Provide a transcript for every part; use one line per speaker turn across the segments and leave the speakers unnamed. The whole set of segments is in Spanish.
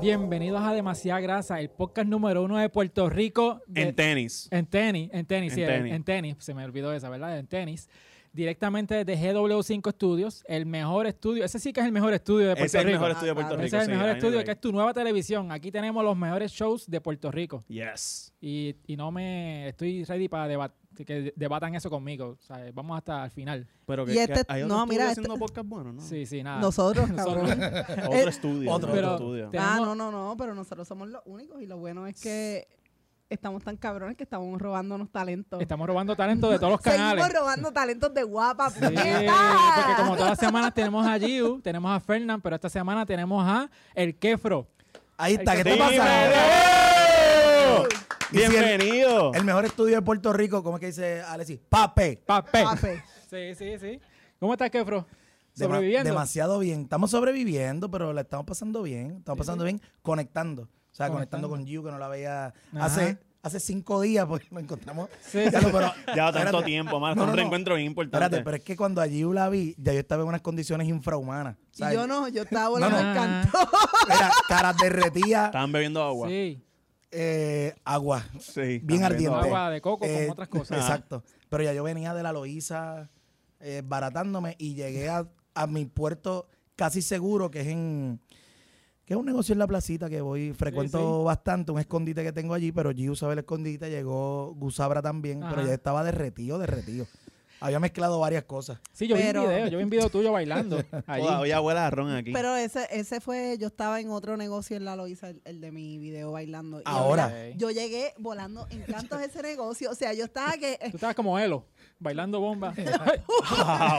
bienvenidos a Demasiada Grasa, el podcast número uno de Puerto Rico. de-
En tenis.
en tenis, en tenis,
En
sí, en
tenis.
en tenis. Se me olvidó esa, ¿verdad? En tenis. Directamente desde GW5 Studios, el mejor estudio. Ese sí que es el mejor estudio de
Ese es
Puerto
el
Rico. Ah,
mejor estudio de Puerto
Ese
Rico.
es
sí,
el mejor
ahí no
estudio,
hay-
que es tu nueva televisión. Aquí tenemos los mejores shows de Puerto Rico.
Yes.
Y, y no me estoy ready para debat- que debatan eso conmigo. O sea, vamos hasta el final.
Pero
Y este-
hay
no,
otro estudio
mira,
haciendo
este-
podcast bueno, ¿no?
Sí, sí, nada.
Nosotros,
Ah, Nosotros.
cabrón.
Otro
Eh,
estudio.
otro.
Otro,
Pero-
estudio.
te-
Ah,
Tenemos-
no, no, no, pero nosotros somos los únicos y lo bueno es que estamos tan cabrones que estamos robándonos talentos.
Estamos robando talento de todos los canales.
Seguimos robando talentos de guapa.
Sí, porque como todas las semanas tenemos a Giu, tenemos a Fernán, pero esta semana tenemos a El Kefro.
Ahí está, ¿qué te
Dime
pasa?
¡Dímelo!
Y si el-
Bienvenido.
El mejor estudio de Puerto Rico, ¿cómo es que dice Alexis? Pape.
Papé.
Pape.
Sí, sí, sí. ¿Cómo estás, Kefro?
Ah. Dema-
¿Sobreviviendo?
demasiado bien. Estamos sobreviviendo, pero la estamos pasando bien. Estamos pasando bien conectando. O sea,
Conectando.
conectando, con Yu, que no la veía
Ajá.
hace, hace cinco días, porque nos encontramos.
Sí,
Ya
sí.
lo- pero-
Ya tanto
espérate,
tiempo, mano. Está
No,
un
no, no.
reencuentro bien importante.
Espérate, pero es que cuando a Yu la vi, ya yo estaba en unas condiciones infrahumanas. O sea,
Y yo no, yo estaba
No,
volando
no.
Ah,
al canto.
Era caras derretidas,
Estaban bebiendo agua.
Sí.
eh, agua.
Sí,
Bien
estaban bebiendo
ardiente.
agua.
Agua de coco con
Eh,
otras cosas.
Exacto. Pero ya yo venía de la Loíza eh, baratándome y llegué a, a mi puerto casi seguro, que es en que es un negocio en la placita que voy, frecuento
sí.
bastante, un escondite que tengo allí, pero Giu sabe el escondite, llegó Gusabra también, pero
Ajá.
ya estaba derretido, derretido. Había mezclado varias cosas.
Sí, yo vi
Pero-
un video, yo vi un video tuyo bailando. allí.
Todavía abuela a ron aquí.
Pero ese, ese fue, yo estaba en otro negocio en la Loiza, el, el de mi video bailando. Y
Ahora.
Ok.
Yo llegué volando en cantos ese negocio. O sea, yo estaba que. eh,
Tú estabas como Elo, bailando bomba.
Ah,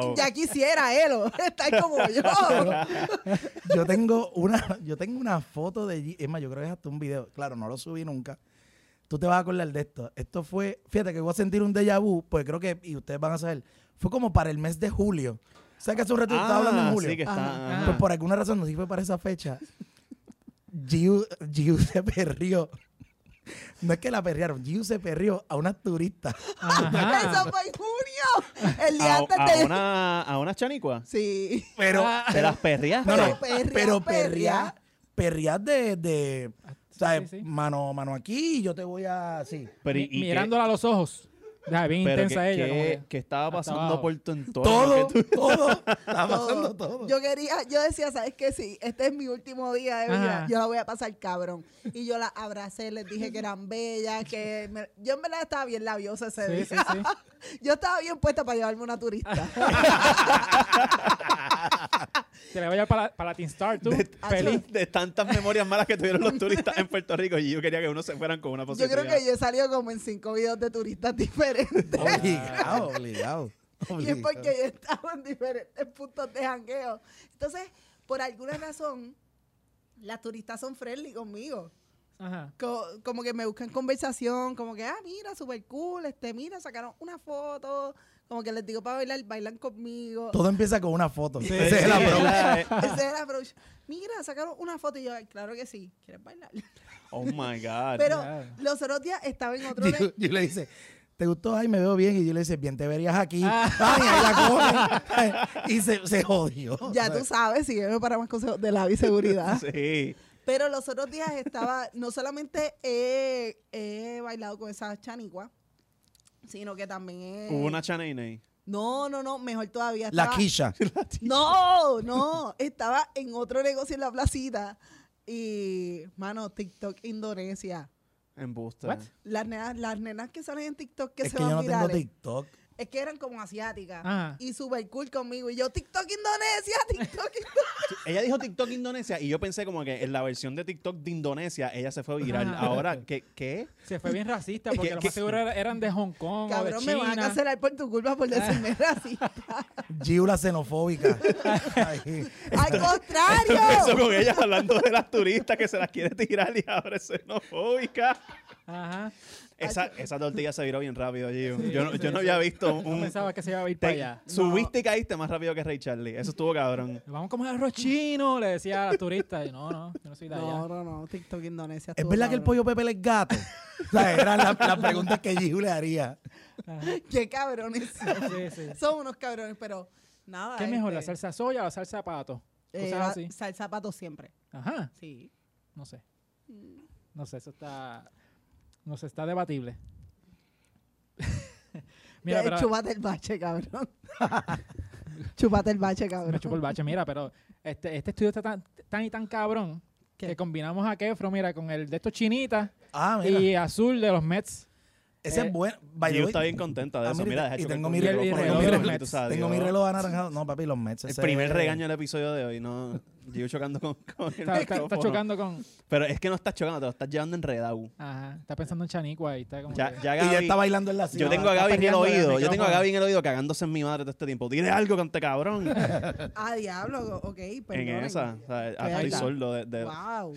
wow.
Ya quisiera, Elo, estar como yo.
Yo tengo una, yo tengo una foto de Giu, es más, yo creo que es hasta un video, claro, no lo subí nunca. Tú te vas a acordar de esto. Esto fue, fíjate que voy a sentir un déjà vu, pues creo que, y ustedes van a saber, fue como para el mes de julio. ¿Sabes que hace un rato yo estaba hablando en
Ah,
julio?
Sí, que está.
Ajá.
Pues por alguna razón, no sé si fue para esa fecha. Giu, Giu se perrió. No es que la perrearon, Giu se perrió a unas turistas.
Eso
Ajá.
fue en junio.
Pues,
El día
A,
antes
a
de.
una, a una chanicua.
Sí.
Pero,
Te las perreaste.
no, no,
Perrea,
pero
perrea.
perrear, perrear de, de ¿sabes?
Ah, sí, sí.
Mano, mano aquí y yo te voy a, sí.
Pero,
Mi-
y- y qué-
Mirándola a los ojos. Ya, bien
pero
intensa
qué-
ella. como
qué-
que-
qué estaba
hasta
pasando
abajo.
por tu entorno?
Todo,
¿Qué tú-
todo, estaba
todo.
pasando todo.
Yo quería, yo decía, ¿sabes qué? Sí, este es mi último día de vida,
Ajá.
yo la voy a pasar cabrón. Y yo la abracé, les dije que eran bellas, que me- yo en verdad estaba bien labiosa ese
Sí,
día.
sí, sí.
Yo estaba bien puesta para llevarme una turista.
Te le vaya para, la- para la Teen Star, tú.
de,
Feliz.
de tantas memorias malas que tuvieron los turistas en Puerto Rico y yo quería que uno se fueran con una
yo
posibilidad.
creo que yo he salido como en cinco videos de turistas diferentes.
Obligado, obligado.
Y es
obligado.
porque yo estaba en diferentes puntos de jangueo. Entonces, por alguna razón, las turistas son friendly conmigo.
Ajá.
co- como que me buscan conversación, como que, ah, mira, super cool, este, mira, sacaron una foto, como que les digo para bailar, bailan conmigo.
Todo empieza con una foto.
Sí,
Esa es la
Sí,
broma.
la- eh,
Ese era el approach. Mira, sacaron una foto y yo, "Ay, claro que sí, ¿quieres bailar?
Oh my God.
Pero
claro.
los otros días estaba en otro...
Yo, yo le dice, ¿te gustó? Ay, me veo bien. Y yo le dice, bien, te verías aquí.
Ah.
Ay, ahí la cogen. Ay, Y se, se jodió.
ne- Ya tú sabes, sígueme para más consejos de la seguridad.
sí.
Pero los otros días estaba, no solamente he, he bailado con esas chanicuas, sino que también he-
Hubo una chaneinei.
No, no, no, mejor todavía.
La
estaba-
quilla.
No, no, estaba en otro negocio en la placita y, mano, TikTok Indonesia.
En
What?
Busta.
Las nenas, las nenas que salen en TikTok que
Es
se
que yo
van
no tengo Ah.
virales,
TikTok.
es que eran como asiáticas
Ajá.
y super cool conmigo y yo TikTok Indonesia, TikTok Indonesia.
Ella dijo TikTok Indonesia y yo pensé como que en la versión de TikTok de Indonesia ella se fue viral.
Ajá.
Ahora, ¿qué? ¿qué?
Se fue bien racista porque
¿Qué-
lo
qué-
más seguro era- eran de Hong Kong o
Cabrón,
de
me van a
China.
cancelar por tu culpa por decirme racista.
Giu la xenofóbica. Ay,
Al
Empezó
contrario.
con ella hablando de las turistas que se las quiere tirar y ahora es xenofóbica.
Ajá.
Esa, esa tortilla se viró bien rápido, Gio.
Sí,
yo no,
sí,
yo no
sí.
había visto
No
un...
pensaba que se iba a ir
te-
para allá.
subiste y caíste más rápido que Ray Charlie. Eso estuvo cabrón.
Vamos a comer arroz chino, le decía a la turista. Y no, no, yo no soy de allá.
No, no, no, TikTok Indonesia.
Es
estuvo
verdad que el
cabrón.
pollo Pepe es gato. O sea, eran las las preguntas que Giu le haría.
Ajá.
Qué cabrones. son.
Sí, sí.
Son unos cabrones, pero nada.
¿Qué mejor, la
este,
salsa soya o la salsa de pato? Cosas
Eh, va-
así.
sal zapatos siempre.
Ajá,
Sí.
no sé. No sé, eso está. No sé, está debatible. Mira,
Eh,
pero.
Chúpate el bache, cabrón. Chúpate el bache, cabrón.
Me chupó el bache, mira, pero este, este estudio está tan, tan y tan cabrón
¿Qué?
que combinamos a Kefro, mira, con el de estos chinitas
Ah, mira.
y azul de los Mets.
ese
eh,
es bueno. By the
Yo
way,
está bien contenta de
Ah,
eso.
mira,
Mira, deja
y
chocar
tengo
con
mi
el
reloj,
micrófono,
tengo mi
porque
reloj.
tú sabes,
tengo mi
Dios.
reloj eh. anaranjado. No, papi, los Mets.
El
ese-
primer regaño del episodio de hoy, no. Yo chocando con, con el
Está, está- está
micrófono.
chocando con.
Pero es que no estás chocando, te lo estás llevando enredado.
Ajá, está pensando en Chanicua y está como.
Ya,
que-
ya
Y ya
Gaby,
está bailando en la silla.
yo tengo a
está
Gaby en el
peleando en el
oído, yo tengo a
micrófono.
Gaby en el oído cagándose en mi madre todo este tiempo. Dile algo, cante cabrón.
Ah, diablo. Ok, perdón.
Pues
en esa. o sea, hasta
ahí
estoy
está.
sordo de, de-
Wow.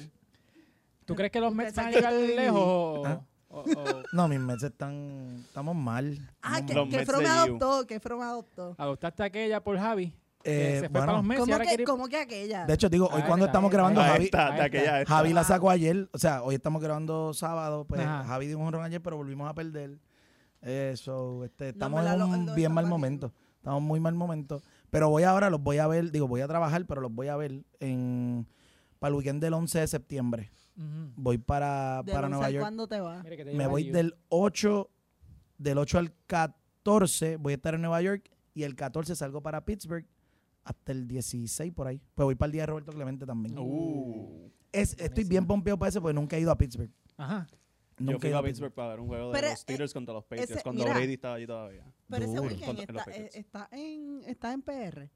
¿Tú crees que los Mets van a
Pensaba
llegar
que-
lejos o.?
Ah.
o- o-
No, mis Mets están... Estamos mal.
Ah,
Estamos
que,
mal.
Los
que
Mets
From
de you.
adoptó, que From adoptó.
adoptaste aquella por Javi? que se
Eh,
fue
bueno,
para los Mets y
¿Cómo
ahora
que,
quiere-
cómo que aquella?
De hecho, digo,
Ahí
hoy cuando
está,
estamos
ahí está,
grabando,
ahí
Ahí
Javi...
está,
ahí está.
de aquella.
Javi la
Wow.
sacó ayer, o sea, hoy estamos grabando sábado, pues
Ajá.
Javi dio un jonrón ayer, pero volvimos a perder. Eso, este,
No,
estamos
en
en
verdad, lo-
un
lo
bien mal
están
momento. Estamos muy mal momento. Pero voy ahora, los voy a ver, digo, voy a trabajar, pero los voy a ver en para el weekend del 11 de septiembre.
Ujú.
Voy para,
¿De
para
Gonzalo,
Nueva York.
¿Cuándo te vas?
Mira que te
Me
lleva
voy
allí.
del 8, del 8 al 14, voy a estar en Nueva York y el 14 salgo para Pittsburgh hasta el 16 por ahí. Pues voy para el día de Roberto Clemente también.
Uh.
Es- estoy
buenísimo.
bien pompeado para ese porque nunca he ido a Pittsburgh.
Ajá.
Yo
Nunca
fui
he ido
a Pittsburgh para ver un juego de
Pero,
los
e,
Steelers contra los Patriots
ese-
cuando
mira.
Brady estaba allí todavía.
Pero ese
Duro.
weekend
Contra- en los
está,
Patriots.
eh, está en, está en PR.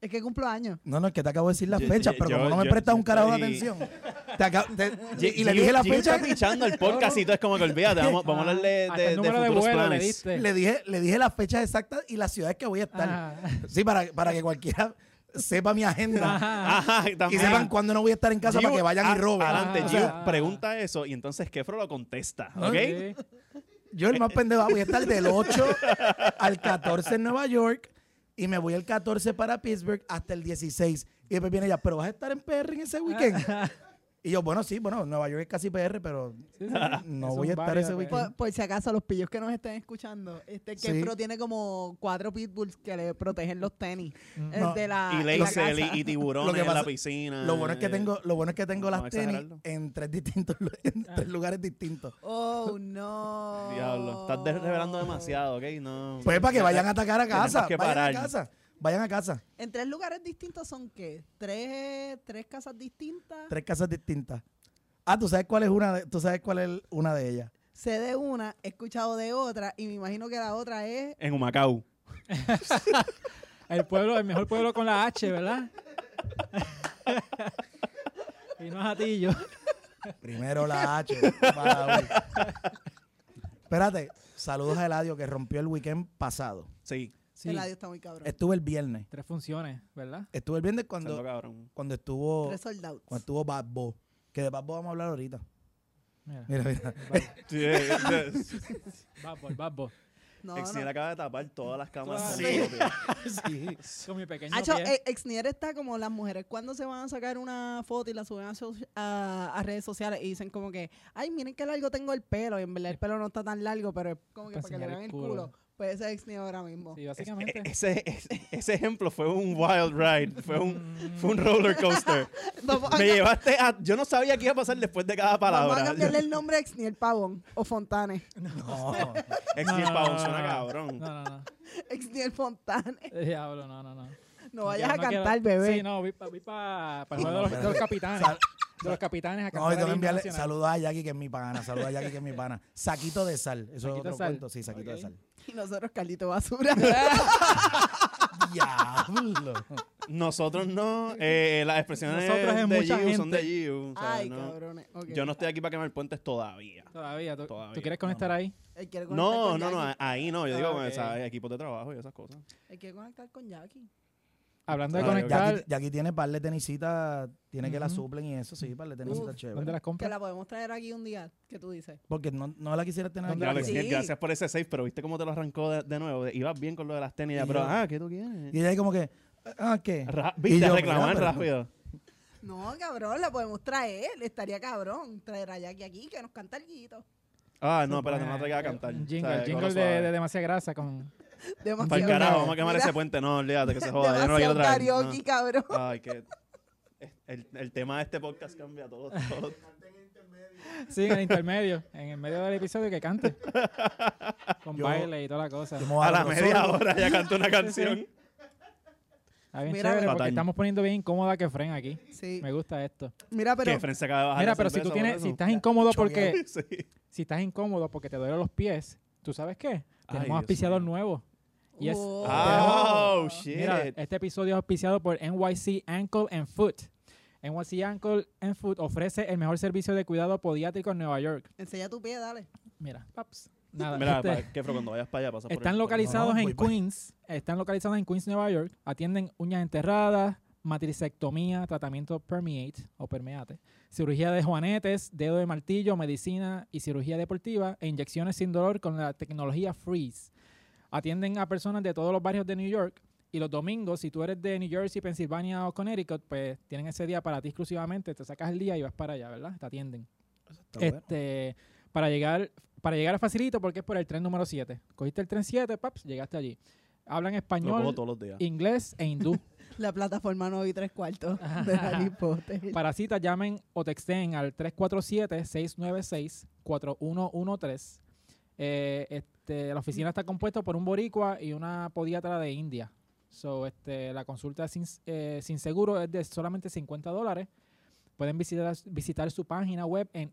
Es que cumplo años.
No, no, es que te acabo de decir las
Yo-
fechas,
yo-
pero
yo-
como no me
yo-
prestas
yo
un carajo de
estoy-
atención. te acabo- te-
G-
y le
Gio-
dije la
Gio
fecha,
está pichando el podcast y todo es como que olvídate. Vamos, vamos a hablar de,
Hasta
de,
el
de
número Ah, de,
futuros
vuelo le
planes.
diste.
le dije, le dije las fechas exactas y las ciudades que voy a estar.
Ajá.
Sí, para, para que cualquiera sepa mi agenda
Ajá.
Ajá,
y
también.
sepan cuándo no voy a estar en casa
Gio,
para que vayan
a-
y roben.
Adelante,
Ah.
O
Gio
sea,
pregunta eso y entonces Kefro lo contesta, ¿ok?
Sí.
yo el más pendejo ah, voy a estar del 8 al 14 en Nueva York y me voy el 14 para Pittsburgh hasta el 16. Y después viene ella, pero vas a estar en PR en ese weekend. Y yo, bueno, sí, bueno, Nueva York es casi PR, pero
Sí, sí, sí.
Ah,
no
Es
voy a
un
estar
barrio
ese
de-
weekend.
Por, por si acaso, los pillos que nos estén escuchando, este
Sí.
Kefro tiene como cuatro pitbulls que le protegen los tenis.
Mm.
eh,
No,
de la,
Y
de la
Leisel
casa.
y, y tiburones
Lo que
en la
pasa-
piscina.
Lo bueno es que
eh,
tengo, lo bueno es que tengo
no
las tenis
exagerarlo.
en tres distintos lu- en
Ah.
tres lugares distintos.
Oh, no.
Diablo, estás de- revelando demasiado, ¿ok? No.
Pues para que vayan a atacar a
Tenemos
casa,
que
vayan a
parar.
casa, vayan a casa,
¿En tres lugares distintos son qué? ¿Tres, tres casas distintas?
tres casas distintas. Ah, tú sabes cuál es una, de, tú sabes cuál es una de ellas.
Sé de una, he escuchado de otra y me imagino que la otra es...
En Humacao.
El pueblo, el mejor pueblo con la H, ¿verdad? y no es Atillo.
Primero la H. Malawi. Espérate, saludos a Eladio que rompió el weekend pasado.
Sí,
Sí,
El adiós está muy cabrón.
Estuve el viernes,
tres funciones, ¿verdad?
estuve el viernes
saldo
cuando
cabrón.
cuando estuvo
Tres sold outs.
cuando estuvo Bad Bo, que de Bad Bo vamos a hablar ahorita.
Mira,
Mira, mira.
Sí, eh, eh,
Bad Boy, Bad Boy.
No,
Exniel
no.
acaba de tapar todas las cámaras.
Sí.
del mundo, tío.
Sí, con mi pequeño
Hacho,
pie.
eh, Exnier está como las mujeres cuando se van a sacar una foto y la suben a, so- a- a redes sociales y dicen como que, ay, miren qué largo tengo el pelo. Y en verdad el pelo no está tan largo, pero es como que
Para
para que le
enseñar
vean
el
el
culo.
culo. Pues ese es Exnier ahora mismo.
Sí,
Es-
básicamente.
e- ese, ese- ese ejemplo fue un wild ride, fue un, fue un roller coaster.
Vamos, a,
Me llevaste a. Yo no sabía qué iba a pasar después de cada
vamos a
palabra.
cambiarle el nombre a Exnier Pavón o Fontane.
No.
Exniel
No, no,
Pavón
no,
suena
no.
cabrón.
No, no, no.
Exnier Fontane.
Eh, Diablo, no, no, no.
No vayas a
quiero- no quiero-
cantar, bebé.
Sí, no, vi para el juego de los, de los capitanes.
Sal-
De los capitanes a
No, y
cantar
tengo
el
que
himno
enviarle
nacional.
saludos a Jackie, que es mi pana. Saludos a Jackie, que es mi pana. Saquito de sal.
Saquito
Eso es
de
otro
sal.
cuento. Sí, saquito
Ok.
de sal.
Y nosotros, Carlito Basura.
Diablo.
Nosotros no. eh, las expresiones
Nosotros es
de
mucha
Giu son de
gente.
Giu. o sea,
ay,
no.
cabrones. ok.
Yo no estoy aquí para quemar puentes todavía.
Todavía, ¿tú,
Todavía.
tú quieres conectar ahí?
Él quiere conectar
No,
con
no, no,
Jackie.
a- ahí no. Yo digo,
Ah,
con
ok.
¿sabes? equipos de trabajo y esas cosas.
Él quiere conectar con Jackie.
Hablando de
Claro,
conectar,
Jackie, Jackie tiene par de tenisitas. Tiene que la
Ujú.
suplen y eso, sí, par de tenisitas
Uf.
¿dónde
chévere.
las
Que
compras?
la podemos traer aquí un día. ¿Qué tú dices?
Porque no, no la quisiera tener
¿Dónde
aquí.
la
Gracias,
sí.
gracias por ese 6, pero viste cómo te lo arrancó de, de nuevo. De- Ibas bien con lo de las tenis, ya,
Y
pero
yo-
ah, ¿qué tú quieres?
Y ella ahí como que, ah, ¿qué?
Ra-
Y
viste,
yo,
reclamar
mira, pero-
rápido.
No, cabrón, la podemos traer. Estaría cabrón traer a Jackie aquí que nos canta el guito.
Ah, no, espérate, no
Bueno,
te voy a cantar.
un
O
Pues, Jingle,
sea,
jingle
cosa
de, de
suave.
demasiada grasa con
Demasiado.
Para el carajo, vamos a quemar
Mira,
ese puente. No, olvídate que se joda. Yo no lo quiero
demasiado
traer.
karaoke,
No.
cabrón.
Ay, que. El, el tema de este podcast cambia todo. todo.
Sí, en el intermedio. En el medio del episodio que cante. Con
Yo-
baile y toda la cosa.
Yo me voy
A la
dar unos
media
solos.
hora ya canto una canción.
Está bien
Mira,
chévere porque
Fatal.
estamos poniendo bien incómoda que fren aquí.
Sí.
Me gusta esto.
Mira, pero
que Fren se acaba de bajar
Mira,
la
pero si tú
cerveza,
tienes,
por
si
eso.
estás incómodo
Choqueado.
porque,
Sí.
si estás incómodo porque te duelen los pies, ¿tú sabes qué?
Ay,
Tenemos
Dios
auspiciador
mío.
nuevo. Y es-
Wow.
Oh, shit.
Mira, este episodio es auspiciado por NYC Ankle and Foot. NYC Ankle and Foot ofrece el mejor servicio de cuidado podiátrico en Nueva York.
Enseña tu pie, dale.
Mira, paps. Nada,
Mira,
este-
pa- que Fren, cuando vayas para allá, pasa por
Están
el-
localizados
No,
en
voy pa-
Queens, están localizados en Queens, Nueva York. Atienden uñas enterradas, matricectomía, tratamiento permeate o permeate, cirugía de juanetes, dedo de martillo, medicina y cirugía deportiva e inyecciones sin dolor con la tecnología Freeze. Atienden a personas de todos los barrios de New York y los domingos, si tú eres de New Jersey, Pensilvania o Connecticut, pues tienen ese día para ti exclusivamente, te sacas el día y vas para allá, ¿verdad? Te atienden.
Está bueno.
Este, para llegar para llegar facilito porque es por el tren número 7. Cogiste el tren 7, paps, llegaste allí. Hablan
Lo cojo
español,
todos los días.
inglés e hindú.
La plataforma no y tres cuartos de Harry Potter.
para cita llamen o texten al 347 696 4113. este, la oficina está compuesta por un boricua y una podiatra de India. So, este, la consulta sin, eh, sin seguro es de solamente 50 dólares. Pueden visitar, visitar su página web en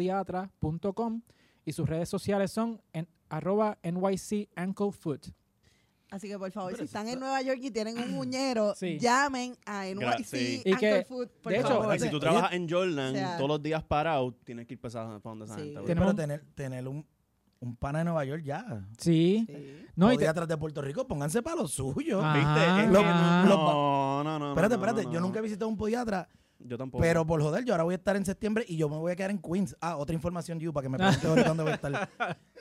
nycpodiatra.com y sus redes sociales son en arroba nycanklefoot.
Así que por favor,
Pero
si
eso
están en
está-
Nueva York y tienen un muñero,
Sí.
llamen a
Gra-
NYC
sí.
Y que,
Ankle Food, por
de hecho,
favor.
Ay, si tú trabajas en Jordan
O sea-
todos los días parado, tienes que ir pesado para donde esa
Sí.
gente.
Oye,
güey.
Tenemos-
Pero tener, tener un, un pana de Nueva York ya.
Sí.
Sí.
No, y te-
Podía atrás de Puerto Rico, pónganse para lo suyo.
Ah.
¿Viste?
Ajá.
Es que
Los-
no,
los-
no, no, no.
espérate,
no,
espérate.
no,
yo
no.
nunca he visitado un podiatra,
Yo tampoco.
pero por joder, yo ahora voy a estar en septiembre y yo me voy a quedar en Queens. Ah, otra información, Yu, para que me preguntes ahorita dónde voy a estar.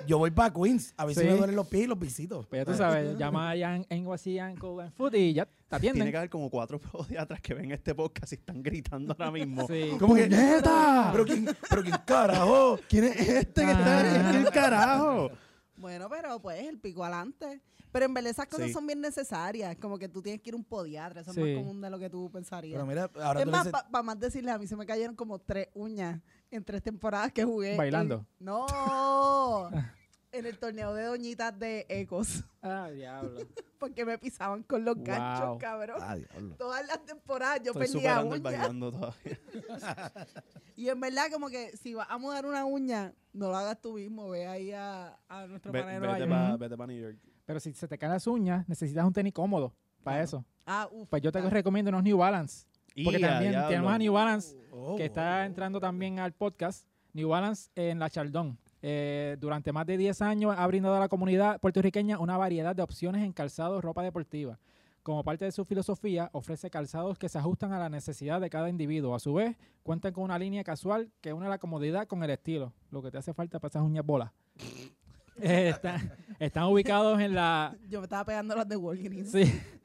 Yo voy para Queens, a ver
Sí.
si me duelen los pies y los pisitos.
pues ya tú sabes, llama a Yan- NYC Ankle and Foot y ya te atienden.
tiene que haber como cuatro podiatras que ven este podcast y están gritando ahora mismo.
Sí.
Como que, ¡neta! ¿Pero quién, pero quién carajo? ¿Quién es este que
Ah.
está en el carajo?
Bueno, pero pues el pico adelante. Pero en verdad esas cosas
Sí.
son bien necesarias. Como que tú tienes que ir a un podiatra. Eso es
Sí.
más común de lo que tú pensarías.
Pero mira, ahora
es
tú le
más,
dices-
para más decirles, a mí se me cayeron como tres uñas en tres temporadas que jugué. en-
Bailando.
no. en el torneo de doñitas de Ecos.
Ah, diablo.
Porque me pisaban con los ganchos,
Wow.
cabrón.
Ah, diablo.
Todas las temporadas yo
Estoy
perdía
superando el
uñas.
bailando todavía.
Y en verdad, como que si vas a mudar una uña, no lo hagas tú mismo. Ve ahí a, a nuestro
Ve-
pana de Nueva
vete
York.
York.
para New York.
Pero si se te caen las uñas, necesitas un tenis cómodo para
Claro.
eso.
Ah, uf,
Pues yo te
claro.
recomiendo unos New Balance. Porque
Y a
también
diablo.
tenemos a New Balance
Oh,
que está entrando también al podcast. New Balance en la Chaldón. Eh, durante más de 10 años ha brindado a la comunidad puertorriqueña una variedad de opciones en calzado, ropa deportiva. Como parte de su filosofía, ofrece calzados que se ajustan a la necesidad de cada individuo. A su vez, cuentan con una línea casual que une la comodidad con el estilo. Lo que te hace falta para esas uñas bolas. Eh, está- están ubicados en la
Yo me estaba pegando las de Walgreens.
Sí.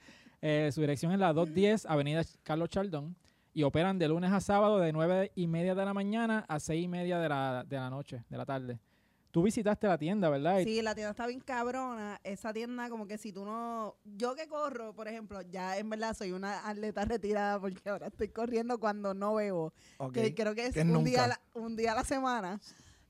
Eh, su dirección es la 210 Avenida Carlos Chaldón y operan de lunes a sábado de 9 y media de la mañana a 6 y media de la, de la noche, de la tarde. Tú visitaste la tienda, ¿verdad? Y-
Sí, la tienda está bien cabrona. Esa tienda, como que si tú no. Yo que corro, por ejemplo, ya en verdad soy una atleta retirada porque ahora estoy corriendo cuando no bebo.
ok.
Que creo que es
Que
un,
nunca.
día a la, un día a la semana.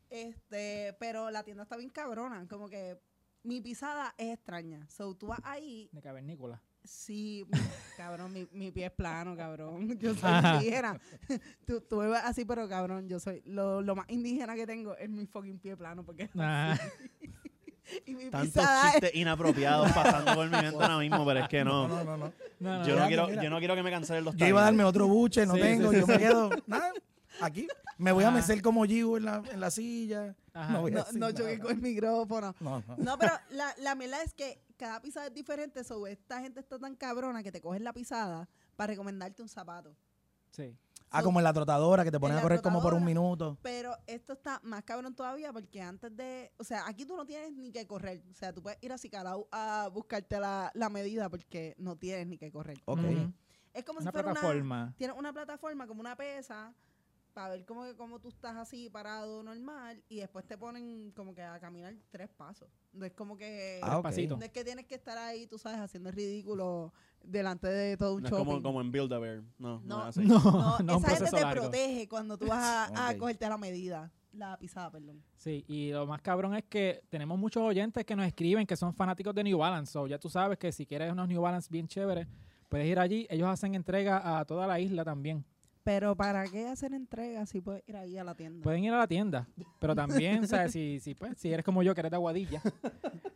Este, pero la tienda está bien cabrona. Como que mi pisada es extraña. So tú vas ahí,
De cavernícola.
sí, mi- cabrón, mi, mi pie es plano, cabrón. Yo soy
Ajá.
indígena. Tú, tú me ves así, pero cabrón, yo soy. Lo, lo más indígena que tengo es mi fucking pie plano. Porque
Ah,
y mi
Tantos
pisada es
chistes inapropiados pasando por mi mente ahora mismo, pero es que no.
No, no, no.
no, no,
Yo, no
no.
Mira,
quiero,
mira.
yo no quiero que me cancelen los
Yo iba a darme
timings.
otro buche, no
Sí,
tengo,
sí, Ah.
yo me quedo, nada, aquí. Me voy a
Ajá.
mecer como Gigo en la, en la silla.
Ajá.
No voy a
No,
decir
no
nada.
choqué con el micrófono.
No, no.
No, pero la, la mela es que cada pisada es diferente. So, esta gente está tan cabrona que te cogen la pisada para recomendarte un zapato.
Sí.
Ah,
So,
como en la trotadora, que te pones
la
a correr como por un
trotadora.
minuto.
Pero esto está más cabrón todavía porque antes de. O sea, aquí tú no tienes ni que correr. O sea, tú puedes ir a Cicarao a buscarte la, la medida porque no tienes ni que correr.
Ok.
Ujú.
Es como
Una
si fuera
plataforma.
una. Tienes una plataforma como una pesa para ver cómo, cómo tú estás así parado normal y después te ponen como que a caminar tres pasos. No es como que...
Ah, ok.
Pasito.
No es que tienes que estar ahí, tú sabes, haciendo el ridículo delante de todo un
No es
shopping.
como, como en Build a Bear. No, no,
No.
es así.
No,
No,
no, un
esa gente
proceso
te
largo.
protege cuando tú vas a, a
Ok.
cogerte la medida, la pisada, perdón.
Sí, y lo más cabrón es que tenemos muchos oyentes que nos escriben que son fanáticos de New Balance. So, ya tú sabes que si quieres unos New Balance bien chéveres, puedes ir allí. Ellos hacen entrega a toda la isla también.
Pero ¿para qué hacer entregas si puedes ir ahí a la tienda?
Pueden ir a la tienda, pero también, ¿sabes? Si, si, pues, si eres como yo, que eres de Aguadilla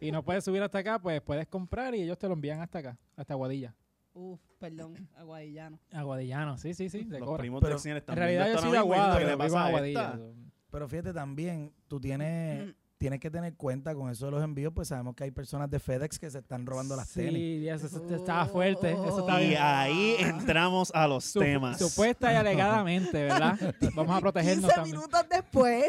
y no puedes subir hasta acá, pues puedes comprar y ellos te lo envían hasta acá, hasta Aguadilla.
Uf, perdón, aguadillano.
Aguadillano, sí, sí, sí. se
Los
cobra.
primos
Pero-
de cine
En
están
realidad yo
viendo
soy de
esto ahora mismo y
Aguada, pero vivo
diciendo, ¿qué le
en
pasa a
Aguadilla.
esta?
Pero fíjate también, tú
Eh,
Mm. Mm-hmm.
tienes, tienes que tener cuenta con eso de los envíos, pues sabemos que hay personas de FedEx que se están robando las tenis.
Sí, eso, eso estaba fuerte. Eso estaba
Y
bien. Ah.
ahí entramos a los
Sup-
Oh, ah, temas.
Supuesta y alegadamente, ¿verdad? Vamos a protegernos
15
también.
minutos después.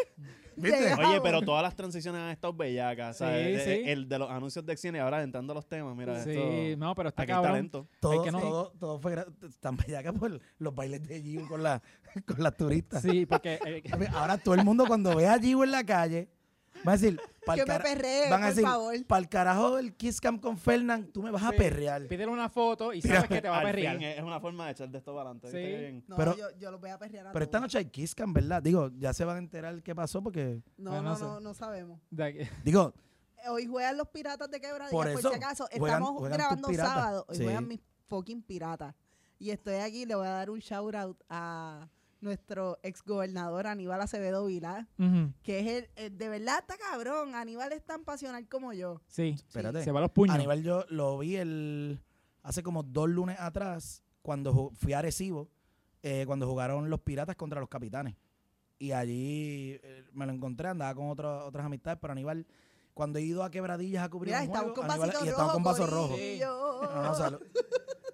¿Viste?
llegamos.
Oye, pero todas las transiciones han estado bellacas. ¿sabes?
Sí,
De-
sí.
eh, El, de los anuncios de cine ahora entrando a los temas. Mira,
Sí,
esto.
no, pero está
Aquí hay
cabrón.
talento.
Todo,
que no-
todo, todo fue gra- tan bellaca por los bailes de Giu con, la, con las turistas.
Sí, porque eh,
Ahora todo el mundo cuando ve a Giu en la calle va a decir, "Pa'l
Que me
cara-
perree,
van a
por
decir,
favor.
para el carajo del Kiss Cam con Fernand, tú me vas a
Sí.
perrear.
pídele una foto y sabes que te va a
Al
perrear.
fin, es una forma de echar de esto para adelante. ¿viste
Sí.
qué bien?
No,
Pero-
yo, yo los voy a perrear a
Pero esta
todos.
noche hay Kiss Cam, ¿verdad? Digo, ya se van a enterar qué pasó porque,
No,
Ah,
no,
no
no,
sé.
no, sabemos. Eh,
De aquí-
digo,
Hoy juegan los piratas de quebradillas,
Por
por,
eso,
si acaso.
juegan-
Estamos
juegan tus
grabando
piratas.
sábado. Hoy
Sí.
juegan mis fucking piratas. Y estoy aquí, le voy a dar un shout out a nuestro exgobernador Aníbal Acevedo Vilá,
Ujú,
que es el, el- de verdad está cabrón. Aníbal es tan pasional como yo.
Sí,
espérate.
se va a los puños.
Aníbal yo lo vi el hace como dos lunes atrás cuando ju- fui a Arecibo eh, cuando jugaron los Piratas contra los Capitanes y allí eh, me lo encontré andaba con otras otras amistades pero Aníbal cuando he ido a Quebradillas a cubrir
Mira,
un
estamos
juego,
con
Aníbal-
vasitos
y estaba
rojos.
con vaso rojo
corillo.
no, no, salu-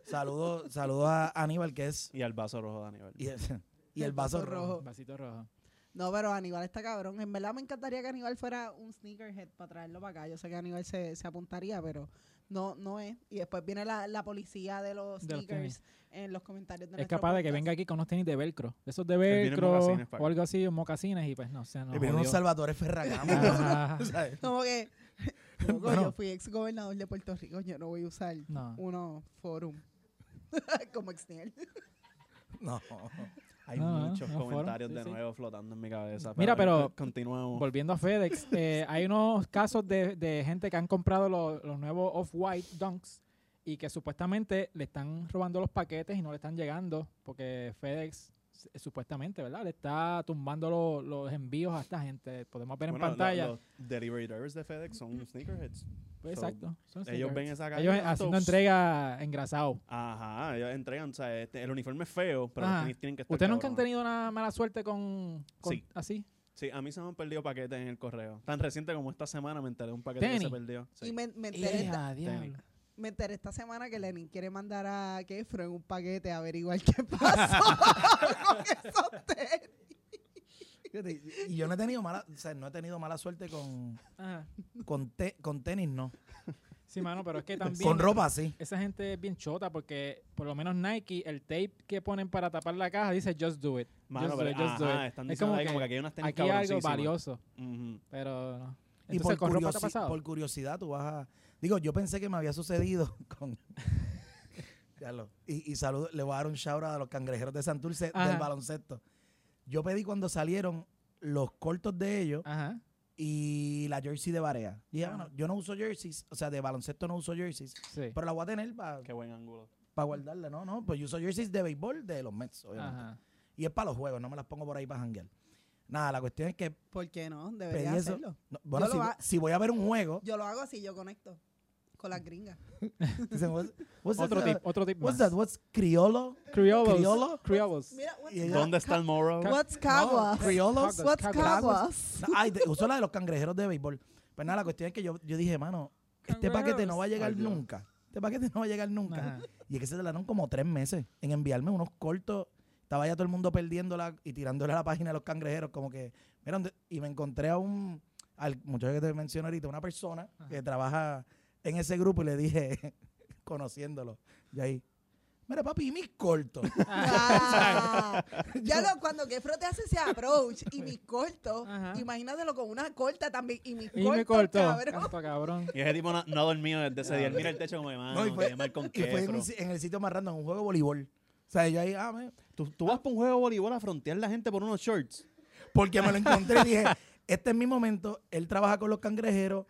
saludo saludo a Aníbal que es
Y al vaso rojo de Aníbal.
y, es- y el vaso rojo
Vasito rojo.
No, pero Aníbal está cabrón. En verdad me encantaría que Aníbal fuera un sneakerhead para traerlo para acá. Yo sé que Aníbal se, se apuntaría, pero no no es. Y después viene la, la policía de los
De los
sneakers en los comentarios de
Es
nuestro
capaz de que
podcast.
venga aquí con unos tenis de velcro. De esos de
vienen
velcro
mocasines, pa'
o algo así, o mocasines y pues no, o sea, no.
y viene un
jodió. Ah.
Salvatore Ferragamo
Ajá.
¿sabes?
Como que, loco,
Bueno.
yo fui ex gobernador de Puerto Rico, yo no voy a usar
No.
uno forum como exniel.
no
Hay
No, no,
muchos
no fueron,
comentarios
sí,
de
sí.
nuevo flotando en mi cabeza.
Mira, pero-
eh, Continuamos.
Volviendo a FedEx, eh, hay unos casos de, de gente que han comprado lo- los nuevos Off-White Dunks y que supuestamente le están robando los paquetes y no le están llegando porque FedEx s- supuestamente, ¿verdad? Le está tumbando lo- los envíos a esta gente. Podemos ver
Bueno,
en
lo-
pantalla.
Los delivery drivers de FedEx son sneakerheads.
Pues,
so,
exacto. son
Ellos ven
sneakers.
esa calle.
Ellos
ah,
haciendo
tops.
entrega engrasado.
Ajá, ellos entregan. O sea, este- el uniforme es feo, pero los
Ajá.
tenis tienen que estar.
¿Ustedes nunca han
cabrones.
tenido una mala suerte con, con-
Sí.
así?
Sí, a mí se me han perdido paquetes en el correo. Tan reciente como esta semana me enteré de un paquete que
Tenis.
se perdió. Sí.
Y me, me enteré esta,
Ea, diablo.
me enteré esta semana que Lenin quiere mandar a Kefro en un paquete a averiguar qué pasó con esos tenis.
Fíjate, y yo no he tenido mala o sea, no he tenido mala suerte con
Ajá.
Con, te- con tenis no.
Sí, mano, pero es que también...
Con ropa sí.
Esa gente es bien chota porque por lo menos Nike, el tape que ponen para tapar la caja dice just do it.
Mano,
just do
pero
it, just do
ajá,
it.
están
Es
diciendo
como
ahí como
que
que aquí hay unas tenis
Aquí hay algo
cabroncísimas.
valioso,
Ujú.
pero no.
Y
Entonces,
por,
con ropa te ha
curiosi-
pasado.
por curiosidad tú vas a... Digo, yo pensé que me había sucedido con... Ya lo- y, y saludo, le voy a dar un shout out a los cangrejeros de Santurce del
Ajá.
baloncesto. Yo pedí cuando salieron los cortos de ellos
Ajá.
y la jersey de Barea. Y dije,
Ajá.
bueno, yo no uso jerseys, o sea, de baloncesto no uso jerseys,
Sí.
pero la voy a tener para
Qué buen ángulo.
guardarla, ¿no? No, pues yo uso jerseys de béisbol de los Mets, obviamente.
Ajá.
Y es para los juegos, no me las pongo por ahí para janguear. Nada, la cuestión es que
¿Por qué no?
pedí
Debería
eso.
hacerlo.
No, bueno,
Yo lo
si,
va-
si voy a ver un juego,
Yo lo hago así, yo conecto con las gringas.
dicen, "What's- what's
Otro
that,
tip, otro tip
uh, What's
más.
that? What's criollo?
Criollos.
¿Criollo?
Criollos.
Mira, what's,
Y ella-
¿Dónde está el Morrow?
Ca-
what's
No,
caguas?
criollos.
Caguas.
what's
Caguas.
caguas?
No, Ay, de- usó la de los cangrejeros de béisbol. Pues nada, la cuestión es que yo, yo dije, mano, este paquete no va a llegar
Ay, Dios.
nunca. Este paquete no va a llegar nunca.
Ajá.
Y es que se tardaron como tres meses en enviarme unos cortos. Estaba ya todo el mundo perdiéndola y tirándole a la página de los cangrejeros, como que, mira, dónde- y me encontré a un, al muchacho que te mencioné ahorita, una persona
Ajá.
que trabaja en ese grupo y le dije, conociéndolo, y ahí, Mira, papi, y mis cortos.
Ah,
ya lo, cuando que te hace ese approach y mis cortos,
Ajá.
imagínatelo con una corta también y mis
Y me
cortos,
cortó.
cabrón.
Canto cabrón.
Y ese tipo no, no ha dormido desde ese día. Él Mira el techo como de mano,
No, y fue-
que mal con
y fue en,
queso.
un si- en el sitio más random, un juego de voleibol. O sea, yo ahí, ah, me-
¿Tú, tú vas para un juego de voleibol a frontear la gente por unos shorts.
porque me lo encontré y dije, este es mi momento, él trabaja con los cangrejeros,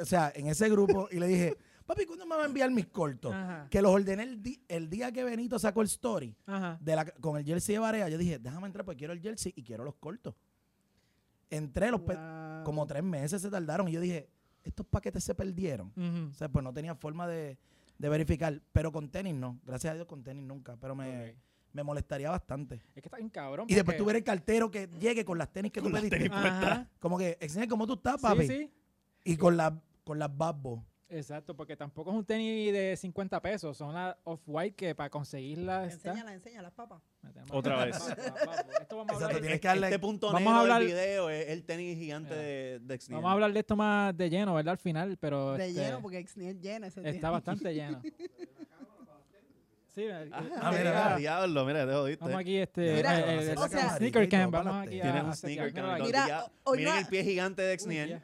o sea, en ese grupo, y le dije, papi, ¿cuándo me va a enviar mis cortos?
Ajá.
Que los ordené el, di- el día que Benito sacó el story
Ajá.
de la- con el jersey de Barea, yo dije, déjame entrar porque quiero el jersey y quiero los cortos. Entré, los pe-
Wow.
como tres meses se tardaron, y yo dije, estos paquetes se perdieron.
Ujú.
O sea, pues no tenía forma de, de verificar, pero con tenis no, gracias a Dios con tenis nunca, pero me,
Ok.
me molestaría bastante.
Es que está bien cabrón.
Y después
porque-
tú ver el cartero que llegue con las tenis que tú pediste.
Ajá.
Como que, enseña cómo tú estás, papi.
Sí, sí.
Y con las con las babos.
Exacto, porque tampoco es un tenis de 50 pesos. Son las off-white que para conseguirlas. está-
Enséñala, enséñala, papá.
Me tengo-
Otra vez.
Va, va, va. Esto vamos a
Exacto,
hablar.
tienes que darle-
Este punto
Vamos
negro
a hablar-
del video es el tenis gigante
Ya.
de, de Xeniel.
Vamos a hablar de esto más de lleno, ¿verdad? Al final, pero.
De
este,
lleno, porque Xniel llena ese
Está
día.
bastante lleno. Sí, el-
Ah,
el-
mira,
el-
mira.
diablo, mira, te jodiste.
Vamos aquí, este.
Mira,
el- el- el-
o sea-
sneaker cam,
Para
vamos
las
aquí.
tenis.
a-
Tienes
a
un
setear,
sneaker,
míralo
Carlos.
aquí.
Mira,
Ya-
hoy
Miren
no-
el pie gigante de Xniel.
Uy,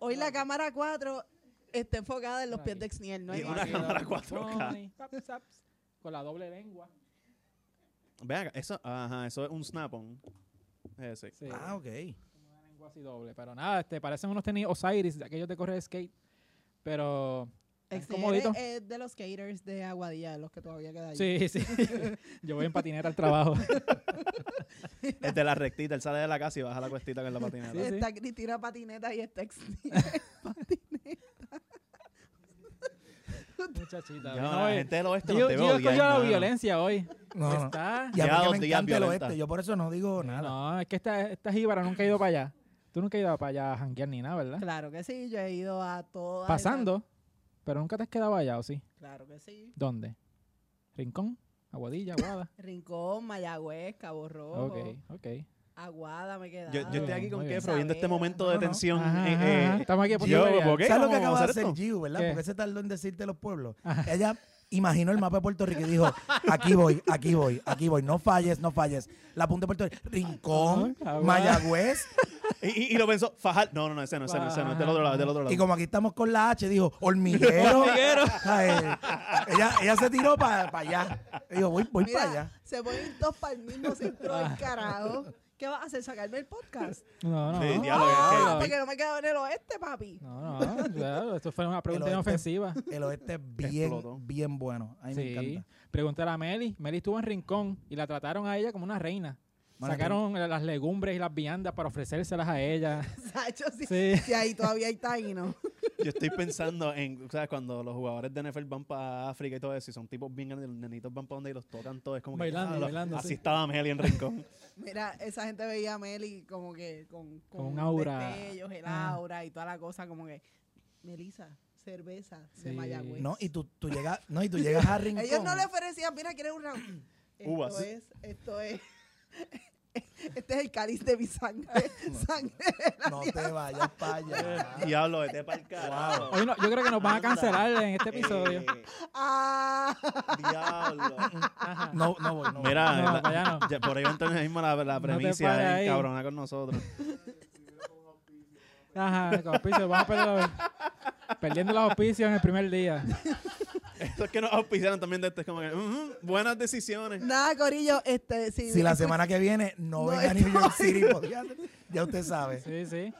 Hoy la cámara 4 está enfocada en los pies de Xniel, no hay
Y
ya.
una
más.
Aquí,
cámara
la-
4K.
Sony, zap, zap, Con la doble lengua.
Vean, eso, ajá, eso es un snap-on. Ese.
Sí.
Ah, ok.
una lengua así doble. Pero nada, este, parecen unos tenis Osiris, de aquellos de correr de skate. Pero. están
Xniel
comoditos.
es, es de los skaters de Aguadilla, de los que todavía quedan allí.
Sí, sí. Yo voy en patineta al trabajo.
Es de la rectita, él sale de la casa y baja la cuestita con la patineta.
Sí, sí.
Está Cristina Patineta y está Xniel.
Muchachita.
Ya,
no,
la
eh.
gente del oeste
Gio,
no te
Gio
odia,
escogió la
hermano.
violencia hoy.
No, no.
Está.
Y a
Ya
mí que
dos
me
días
encanta el
violenta.
oeste. Yo por eso no digo nada.
No, es que esta, esta jíbara nunca ha ido para allá. Tú nunca has ido para allá a janguear ni nada, ¿verdad?
Claro que sí, yo he ido a todas. esas-
Pasando, pero nunca te has quedado allá, ¿o sí?
Claro que sí.
¿Dónde? ¿Rincón? ¿Aguadilla? ¿Aguada?
Rincón, Mayagüez, Cabo Rojo,
ok, ok.
Aguada me queda.
Yo, yo estoy aquí
bien,
con
muy bien.
Kefro viendo este
Sabela.
momento de
No, no.
tensión.
Ajá,
eh,
ajá,
eh,
Estamos aquí a punto
yo,
de pelear.
¿por qué?
¿Sabes lo
¿Cómo
que
vamos a
acaba de
hacer esto?
hacer
Ah.
Giu, verdad?
¿Qué?
Porque se tardó en decirte los pueblos. Ella imaginó el mapa de Puerto Rico y dijo, aquí voy, aquí voy, aquí voy. No falles, no falles. La punta de Puerto Rico. Rincón,
Ah, ah,
Mayagüez.
eh, Y, y- y lo pensó, Fajal. No, no, no, ese no, ese no, ese no, es del otro lado, es del otro lado.
Y como aquí estamos con la H, dijo, hormiguero.
Hormiguero.
Ay, ella, ella se tiró para allá. Dijo, voy, voy
Mira,
para allá.
se ponen dos para el mismo centro del carajo. ¿Qué vas a hacer? ¿Sacarme el podcast?
No, no.
Sí,
no.
diablo,
Ah,
es que-
porque no me quedo en el oeste, papi.
No, no, claro, esto fue una pregunta
oeste-
este-
inofensiva.
El oeste es bien,
Explotó.
bien bueno. A mí me
Sí.
encanta.
Pregúntale a Meli. Meli estuvo en Rincón y la trataron a ella como una reina.
Bueno,
Sacaron eh, las legumbres y las viandas para ofrecérselas a ella.
Sacho, si,
Sí.
si ahí todavía hay taíno.
Yo estoy pensando en, ¿sabes? Cuando los jugadores de NFL van para África y todo eso, y son tipos bien grandes, los nenitos van para donde y los tocan todo. Es como
Bailando,
que, "Ah, lo-
bailando,
Así
sí.
estaba Meli en Rincón.
Mira, esa gente veía a Meli como que con,
Con un aura.
destellos, el
Ah.
aura y toda la cosa, como que. Melissa, cerveza
Sí.
de Mayagüez.
No, y tú, tú llegas, no, y tú llegas a Rincón.
Pues. Ellos no le ofrecían, mira, ¿quieres un round? Esto
Uvas.
es, esto es. Este es el cáliz de mi sangre. sangre de la
No
diabla.
te vayas para allá.
Diablo, vete para el carajo.
Hoy no- yo creo que nos van a
Anda.
cancelar en este episodio.
Eh,
Ah,
diablo.
Ajá.
No, no voy, no voy.
Mira,
No,
la-
para allá no.
ya por ahí va a entrar mismo la, la
te
premicia
pares
ahí,
ahí.
cabrona con nosotros.
Ajá, con auspicio, vamos a perder los- perdiendo los auspicios en el primer día.
Eso es que nos auspiciaron también de este, es como que, "Ujú, buenas decisiones.
nada, Corillo. Este, si,
Si la semana que viene no,
No
venga a New York City, pues, ya, ya usted sabe.
Sí, sí.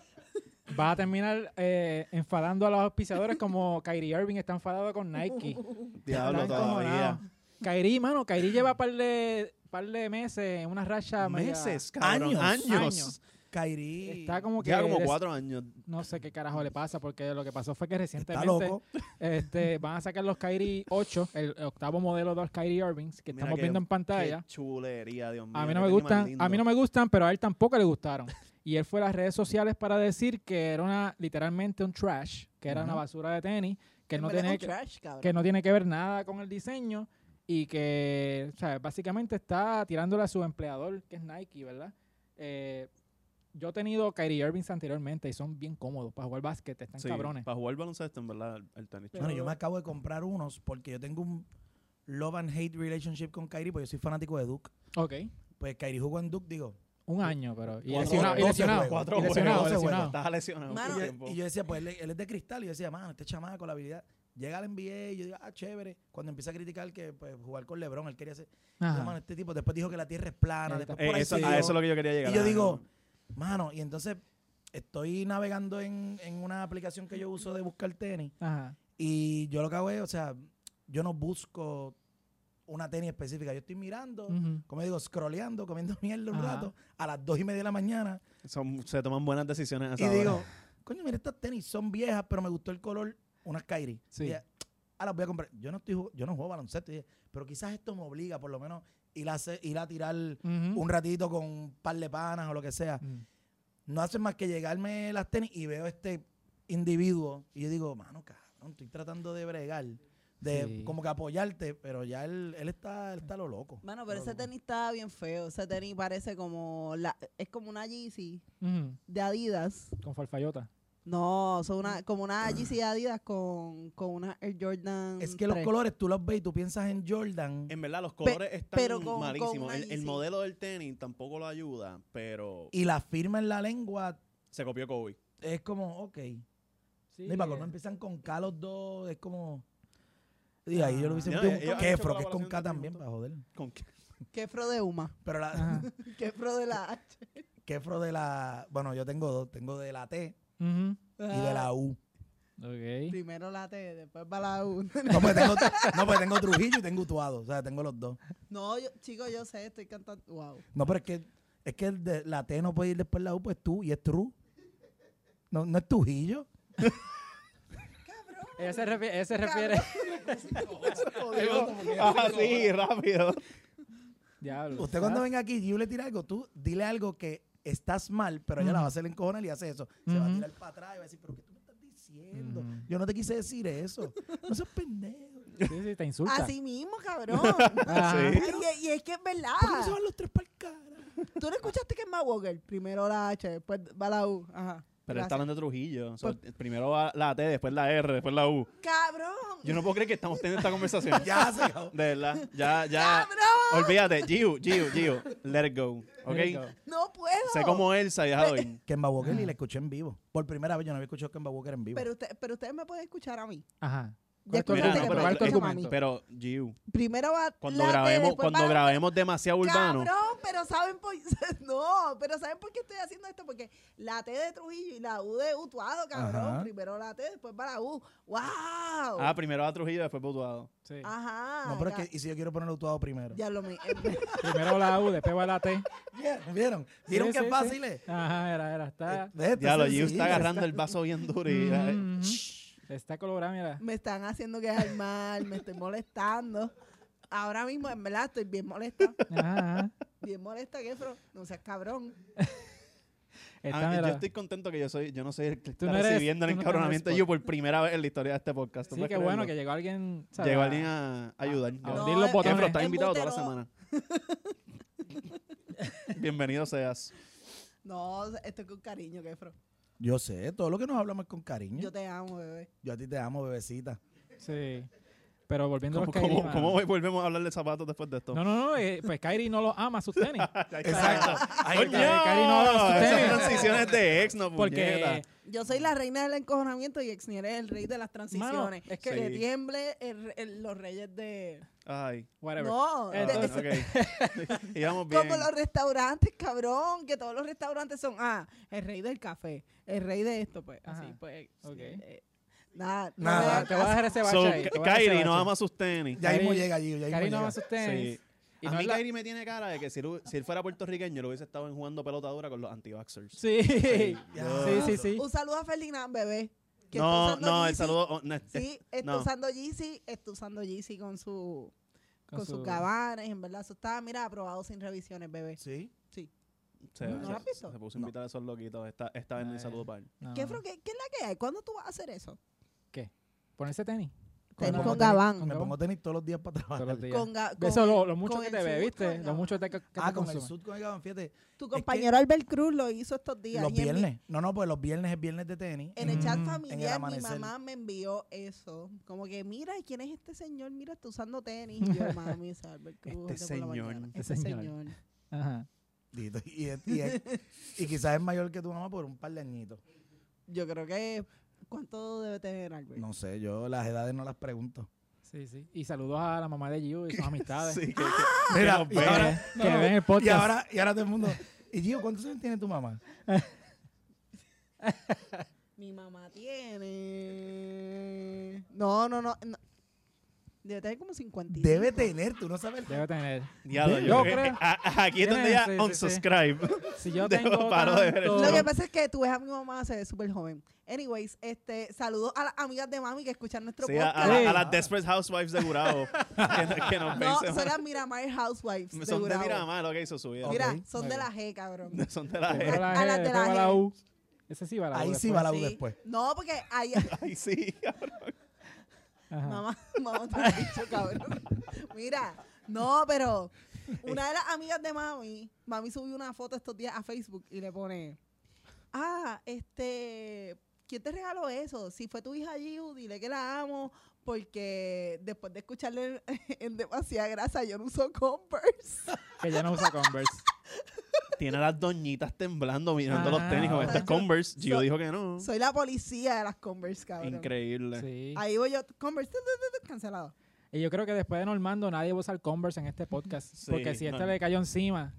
Vas a terminar eh, enfadando a los auspiciadores como Kyrie Irving está enfadado con Nike.
Diablo,
Están
todavía.
encojonados. Kyrie, mano, Kyrie lleva par de, par de meses en una racha media-
Meses, cabrón.
Años.
Años.
Años.
Kairi
Está como que
Lleva como
des-
cuatro años.
no sé qué carajo le pasa porque lo que pasó fue que
está
recientemente
loco.
este, van a sacar los Kyrie 8, el octavo modelo de los Kyrie Irvings que
Mira
estamos
qué-
viendo en pantalla.
Qué chulería, Dios mío.
A mí
qué
no me
tenis más
gustan, a mí
lindo.
no me gustan, pero a él tampoco le gustaron. Y él fue a las redes sociales para decir que era una, literalmente un trash, que era una
Ujú.
basura de tenis, que él
En
no
verdad
tiene
es
que,
un trash, cabrón.
que no tiene que ver nada con el diseño y que, o sea, básicamente está tirándole a su empleador, que es Nike, ¿verdad? Eh, yo he tenido Kyrie Irvings anteriormente y son bien cómodos para jugar básquet, están
Sí,
cabrones.
Para jugar baloncesto, en verdad, el, el tenis.
Pero-
Bueno, yo me acabo de comprar unos porque yo tengo un Love and Hate Relationship con Kyrie, porque yo soy fanático de Duke.
Ok.
Pues Kyrie jugó en Duke, digo.
Un año, pero. Y
Cuatro-
lesionado. Y
doce
lesionado.
juegos. Cuatro
y lesionado,
juegos, doce
lesionado.
Estás lesionado.
Mano,
por
Y,
tiempo.
yo- y yo decía, pues él, él es de cristal. Y yo decía, mano, este chamaco, la habilidad. Llega al NBA y yo digo, ah, chévere. Cuando empieza a criticar que pues, jugar con LeBron, él quería hacer. yo,
Ajá.
mano, este tipo después dijo que la tierra es plana.
Ahí
Después
está.
Eh,
por ahí
eso-
siguió.
a eso es lo que yo quería llegar.
Y yo
ah,
digo, mano, y entonces estoy navegando en, en una aplicación que yo uso de buscar tenis.
Ajá.
Y yo lo que hago es, o sea, yo no busco una tenis específica. Yo estoy mirando,
Ujú.
como digo, scrolleando, comiendo mierda un
Ajá.
rato, a las dos y media de la mañana.
son- se toman buenas decisiones. a esa
y
hora.
digo, coño, mira, estas tenis son viejas, pero me gustó el color, unas Kyrie.
Sí.
Y ya, ah, las voy a comprar. Yo no, estoy, jug- yo no juego baloncesto, y dije, pero quizás esto me obliga, por lo menos, ir a, hacer- ir a tirar
Ujú.
un ratito con un par de panas o lo que sea.
Mm.
No hacen más que llegarme las tenis y veo este individuo y yo digo, mano, cabrón, estoy tratando de bregar, de
Sí.
como que apoyarte, pero ya él, él está, él está lo loco.
Mm,
Mano, pero
Lo
ese
loco.
tenis está bien feo. Ese tenis parece como. La, es como una Yeezy
Ujú.
de Adidas.
Con Farfallota.
No, son una, como una Yeezy de Adidas con, con una Air Jordan.
Es que los
3.
colores tú los ves y tú piensas en Jordan.
En verdad, los colores están
pero con- con
malísimos.
una
el, el
Yeezy.
modelo del tenis tampoco lo ayuda, pero
y la firma en la lengua
se copió Kobe.
es como, ok. No, y para colmo empiezan con K los dos, es como. Y ahí yo lo hubiese
Ah.
metido
Ellos- ellos
con
han hecho
Kefro, que es con
colaboración
K
también
también,
juntos.
para joder.
¿Con qué?
Kefro de Uma.
Pero la
Ajá.
Kefro de la H.
Kefro de la. Bueno, yo tengo dos. Tengo de la T
Ujú.
y
Ah.
de la U.
Ok.
Ah, Primero la T, después va la U.
No, pues tengo, no, pues tengo Trujillo y tengo Utuado. O sea, tengo los dos.
No, yo, chicos, yo sé, estoy cantando. Wow.
No, pero es que, es que el de la T no puede ir después de la U, pues tú y es Tru. No, no es Trujillo.
Ella se refiere. Ella se refiere
Ah, sí, rápido.
Diablo.
Usted cuando
Ah,
venga aquí y yo le tire algo, tú dile algo que estás mal, pero ella la va a hacer encojonar y hace eso. Se va a
Ujú.
tirar para atrás y va a decir, pero ¿qué tú me estás diciendo?
Ujú.
Yo no te quise decir eso. No seas pendejo.
Sí, sí, te insulta.
Ah,
Así mismo, cabrón.
Ajá.
Sí.
Ay, y, y es que es verdad.
¿Por qué
Ah.
no se van los tres para el cara?
¿Tú no escuchaste que es Matt Walker? Primero la H, después va la U. Ajá.
Pero está
Gracias.
hablando de Trujillo. O sea,
Pues
primero va la T, después la R, después la U.
¡Cabrón!
Yo no puedo creer que estamos teniendo esta conversación.
Ya se acabó.
De verdad. Ya, ya.
¡Cabrón!
Olvídate. Gio, Gio, Gio. Let it go. ¿Ok?
There you go.
¡No puedo!
Sé como Elsa y déjalo ir.
Kemba Walker
Ah.
y la escuché en vivo. Por primera vez yo no había escuchado Kemba Walker en vivo.
Pero, usted, pero ustedes me pueden escuchar a mí.
Ajá.
Ya
¿Cuál es tu
escuchaste
argumento?
Pues Mira, no,
que me
¿Cuál es tu
escuchan a
pero,
mí.
argumento?
pero Gio,
Primero va
cuando
la pues, T,
grabemos,
después
cuando
va la U.
grabemos demasiado urbano,
Cabrón, pero saben por no, pero saben por qué estoy haciendo esto porque la T de Trujillo y la U de Utuado, cabrón.
Ajá.
Primero la T, después va la U. ¡Wow!
Ah, primero a Trujillo, después Botuado.
Sí.
Ajá.
no, pero es
ya-
que, ¿y si yo quiero poner Utuado primero?
ya lo mi- eh,
Primero la U, después va la T.
¿Vieron? ¿Vieron? ¿Vieron
Sí,
qué
sí,
fácil
sí.
es?
Ajá, era, era. Está.
Ve,
Pues
esto
Ya lo
es
Gio
sencillo.
está agarrando el vaso bien duro y. eh.
Ujú, ujú. mm. Está colorada, mira.
me están haciendo quedar mal, me estoy molestando. Ahora mismo, en verdad, estoy bien molesta.
Ajá, ajá.
Bien molesta, Kefro. No seas cabrón.
Está,
Ah,
mira.
yo estoy contento que yo soy, yo no soy el que está
no eres-
recibiendo el
tú no- no
encabronamiento de
eres
Gio por primera vez en la historia de este podcast. ¿Tú
Sí,
puedes
qué bueno que
creerlo?
llegó alguien. ¿sabes?
llegó alguien a ayudar.
a
No,
hundir los
eh,
botones.
Efra, estás invitado toda la
embustero.
semana. Bienvenido seas.
No, estoy con cariño, Kefro.
Yo sé, todo lo que nos hablamos es con
¿Mm?
cariño.
Yo te amo, bebé.
yo a ti te amo, bebecita.
Sí. Pero volviendo a
¿Cómo,
los
cómo-
Kyrie, mano.
cómo volvemos a hablar de zapatos después de esto?
No, no, no. eh, pues Kyrie no los ama sus tenis.
Ah,
Exacto. Ahí
¡Coño!
está.
Cari, no hagas
Esas
ustedes.
transiciones de ex, no
Porque.
puñeta.
Yo soy la reina del encojonamiento y Exnier es el rey de las transiciones.
es
que
que-
de
Sí.
tiemble el- el- los reyes de...
Ay.
Whatever.
No, de-
Entonces-
de-
ok. Íbamos bien.
como los restaurantes, cabrón, que todos los restaurantes son, ah, el rey del café, el rey de esto, pues, así,
Ajá.
pues.
Ok.
eh, nada, no
Nada,
me da
Te voy a dejar ese bache
So,
ahí, te voy a dejar ese
Kyrie no
bache.
ama sus tenis.
Ya mismo
Cari-
llega Gio, ya mismo
Kyrie no
llega.
ama sus tenis.
Sí.
Y
a
no
mí
es la-
Kyrie me tiene cara de que si, él- si él fuera puertorriqueño lo hubiese estado jugando pelota dura con los anti-vaxxers.
Sí. Sí,
Ya.
sí, sí. sí.
Un saludo a Ferdinand, bebé. que
No,
está usando
no, el
Yeezy.
saludo... oh, no, este-
eh,
Sí, está
no.
usando Yeezy, está usando Yeezy con su con, sus cabanas, en verdad, eso está, mira, aprobado sin revisiones, bebé.
Sí.
se-
¿No
se-
lo has visto?
Se puso a invitar a esos loquitos. Esta, esta vez no hay
Ah,
saludo para él.
No,
¿Qué,
no.
fro- qué- qué es la que hay? ¿Cuándo tú vas a hacer eso?
¿Ponerse tenis? Con
me
Tenis
Gabán.
pongo
con
tenis-
Gabán.
Con
Me pongo tenis todos los días para
todos
trabajar.
los días.
Con Ga-
Eso,
con
lo,
el-
lo mucho
con
que
el
te
sur,
bebiste,
con
lo
Gabán.
mucho te- que te
ah, con el
consumes.
sud, con el Gabán, fíjate.
Tu
que-
compañero Albert Cruz lo hizo estos días.
Los
y en mi-
viernes. No, no, pues los viernes es viernes de tenis.
En el chat
Mm, en el
familiar mi
amanecer.
mamá me envió eso. Como que, mira, ¿quién es este señor? Mira, está usando tenis. Y Yo, mami, es Albert Cruz,
Este
de por la
señor.
mañana.
Este
Este
señor.
señor.
Ajá.
Y, y, y, y quizás es mayor que tu mamá por un par de añitos.
Yo creo que, ¿cuánto debe tener Albert?
No sé, yo las edades no las pregunto.
Sí, sí. Y saludos a la mamá de Gio y sus amistades.
Sí, que- que-
Mira,
nos
y
Que,
vean.
ahora,
que ven el podcast.
y ahora, y ahora todo el mundo. Y Gio, ¿cuántos años tiene tu mamá?
Mi mamá tiene... No, no, no. no. Debe tener como 50.
Debe tener, tú no sabes.
Debe tener.
Diablo,
Yo
yo creo.
creo-
que- a- a- Aquí es donde
Tiene-
ya
sí, sí, sí.
unsubscribe.
Si yo
Debo-
tengo
paro de ver el
tanto-
Lo que pasa es que tú ves a mi mamá se ve súper joven. Anyways, este, saludos a las amigas de mami que escuchan nuestro
Sí, a,
podcast.
a la- a
Sí.
las Desperate Housewives de Gurabo. que, no- que nos ven,
No,
se-
son las Miramar Housewives. de
son de
Gurabo.
Miramar, lo que hizo su vida.
Mira,
Ok,
son
muy
de
bien.
la G, cabrón.
Son de la
Primero
gente.
la
a
G,
las de
después
la
va la
G.
U. Ese sí va la U.
Ahí sí
después.
va la U
Pues Sí.
después.
No, porque ahí.
Ay, sí.
Ajá.
mamá, mamá, te lo he dicho, cabrón. Mira, no, pero una de las amigas de mami, mami subió una foto estos días a Facebook y le pone: Ah, este. ¿Quién te regaló eso? Si fue tu hija Giu, dile que la amo, porque después de escucharle en demasiada grasa, yo no uso Converse.
Que ya no usa Converse.
Tiene a las doñitas temblando mirando
Ah.
los tenis con este es Converse. Gio
So-
dijo que no.
Soy la policía de las Converse, cabrón.
Increíble.
Sí.
Ahí voy yo, Converse, tu, tu, tu, cancelado.
Y yo creo que después de Normando nadie va a usar Converse en este podcast.
Sí,
porque si este
no.
le cayó encima,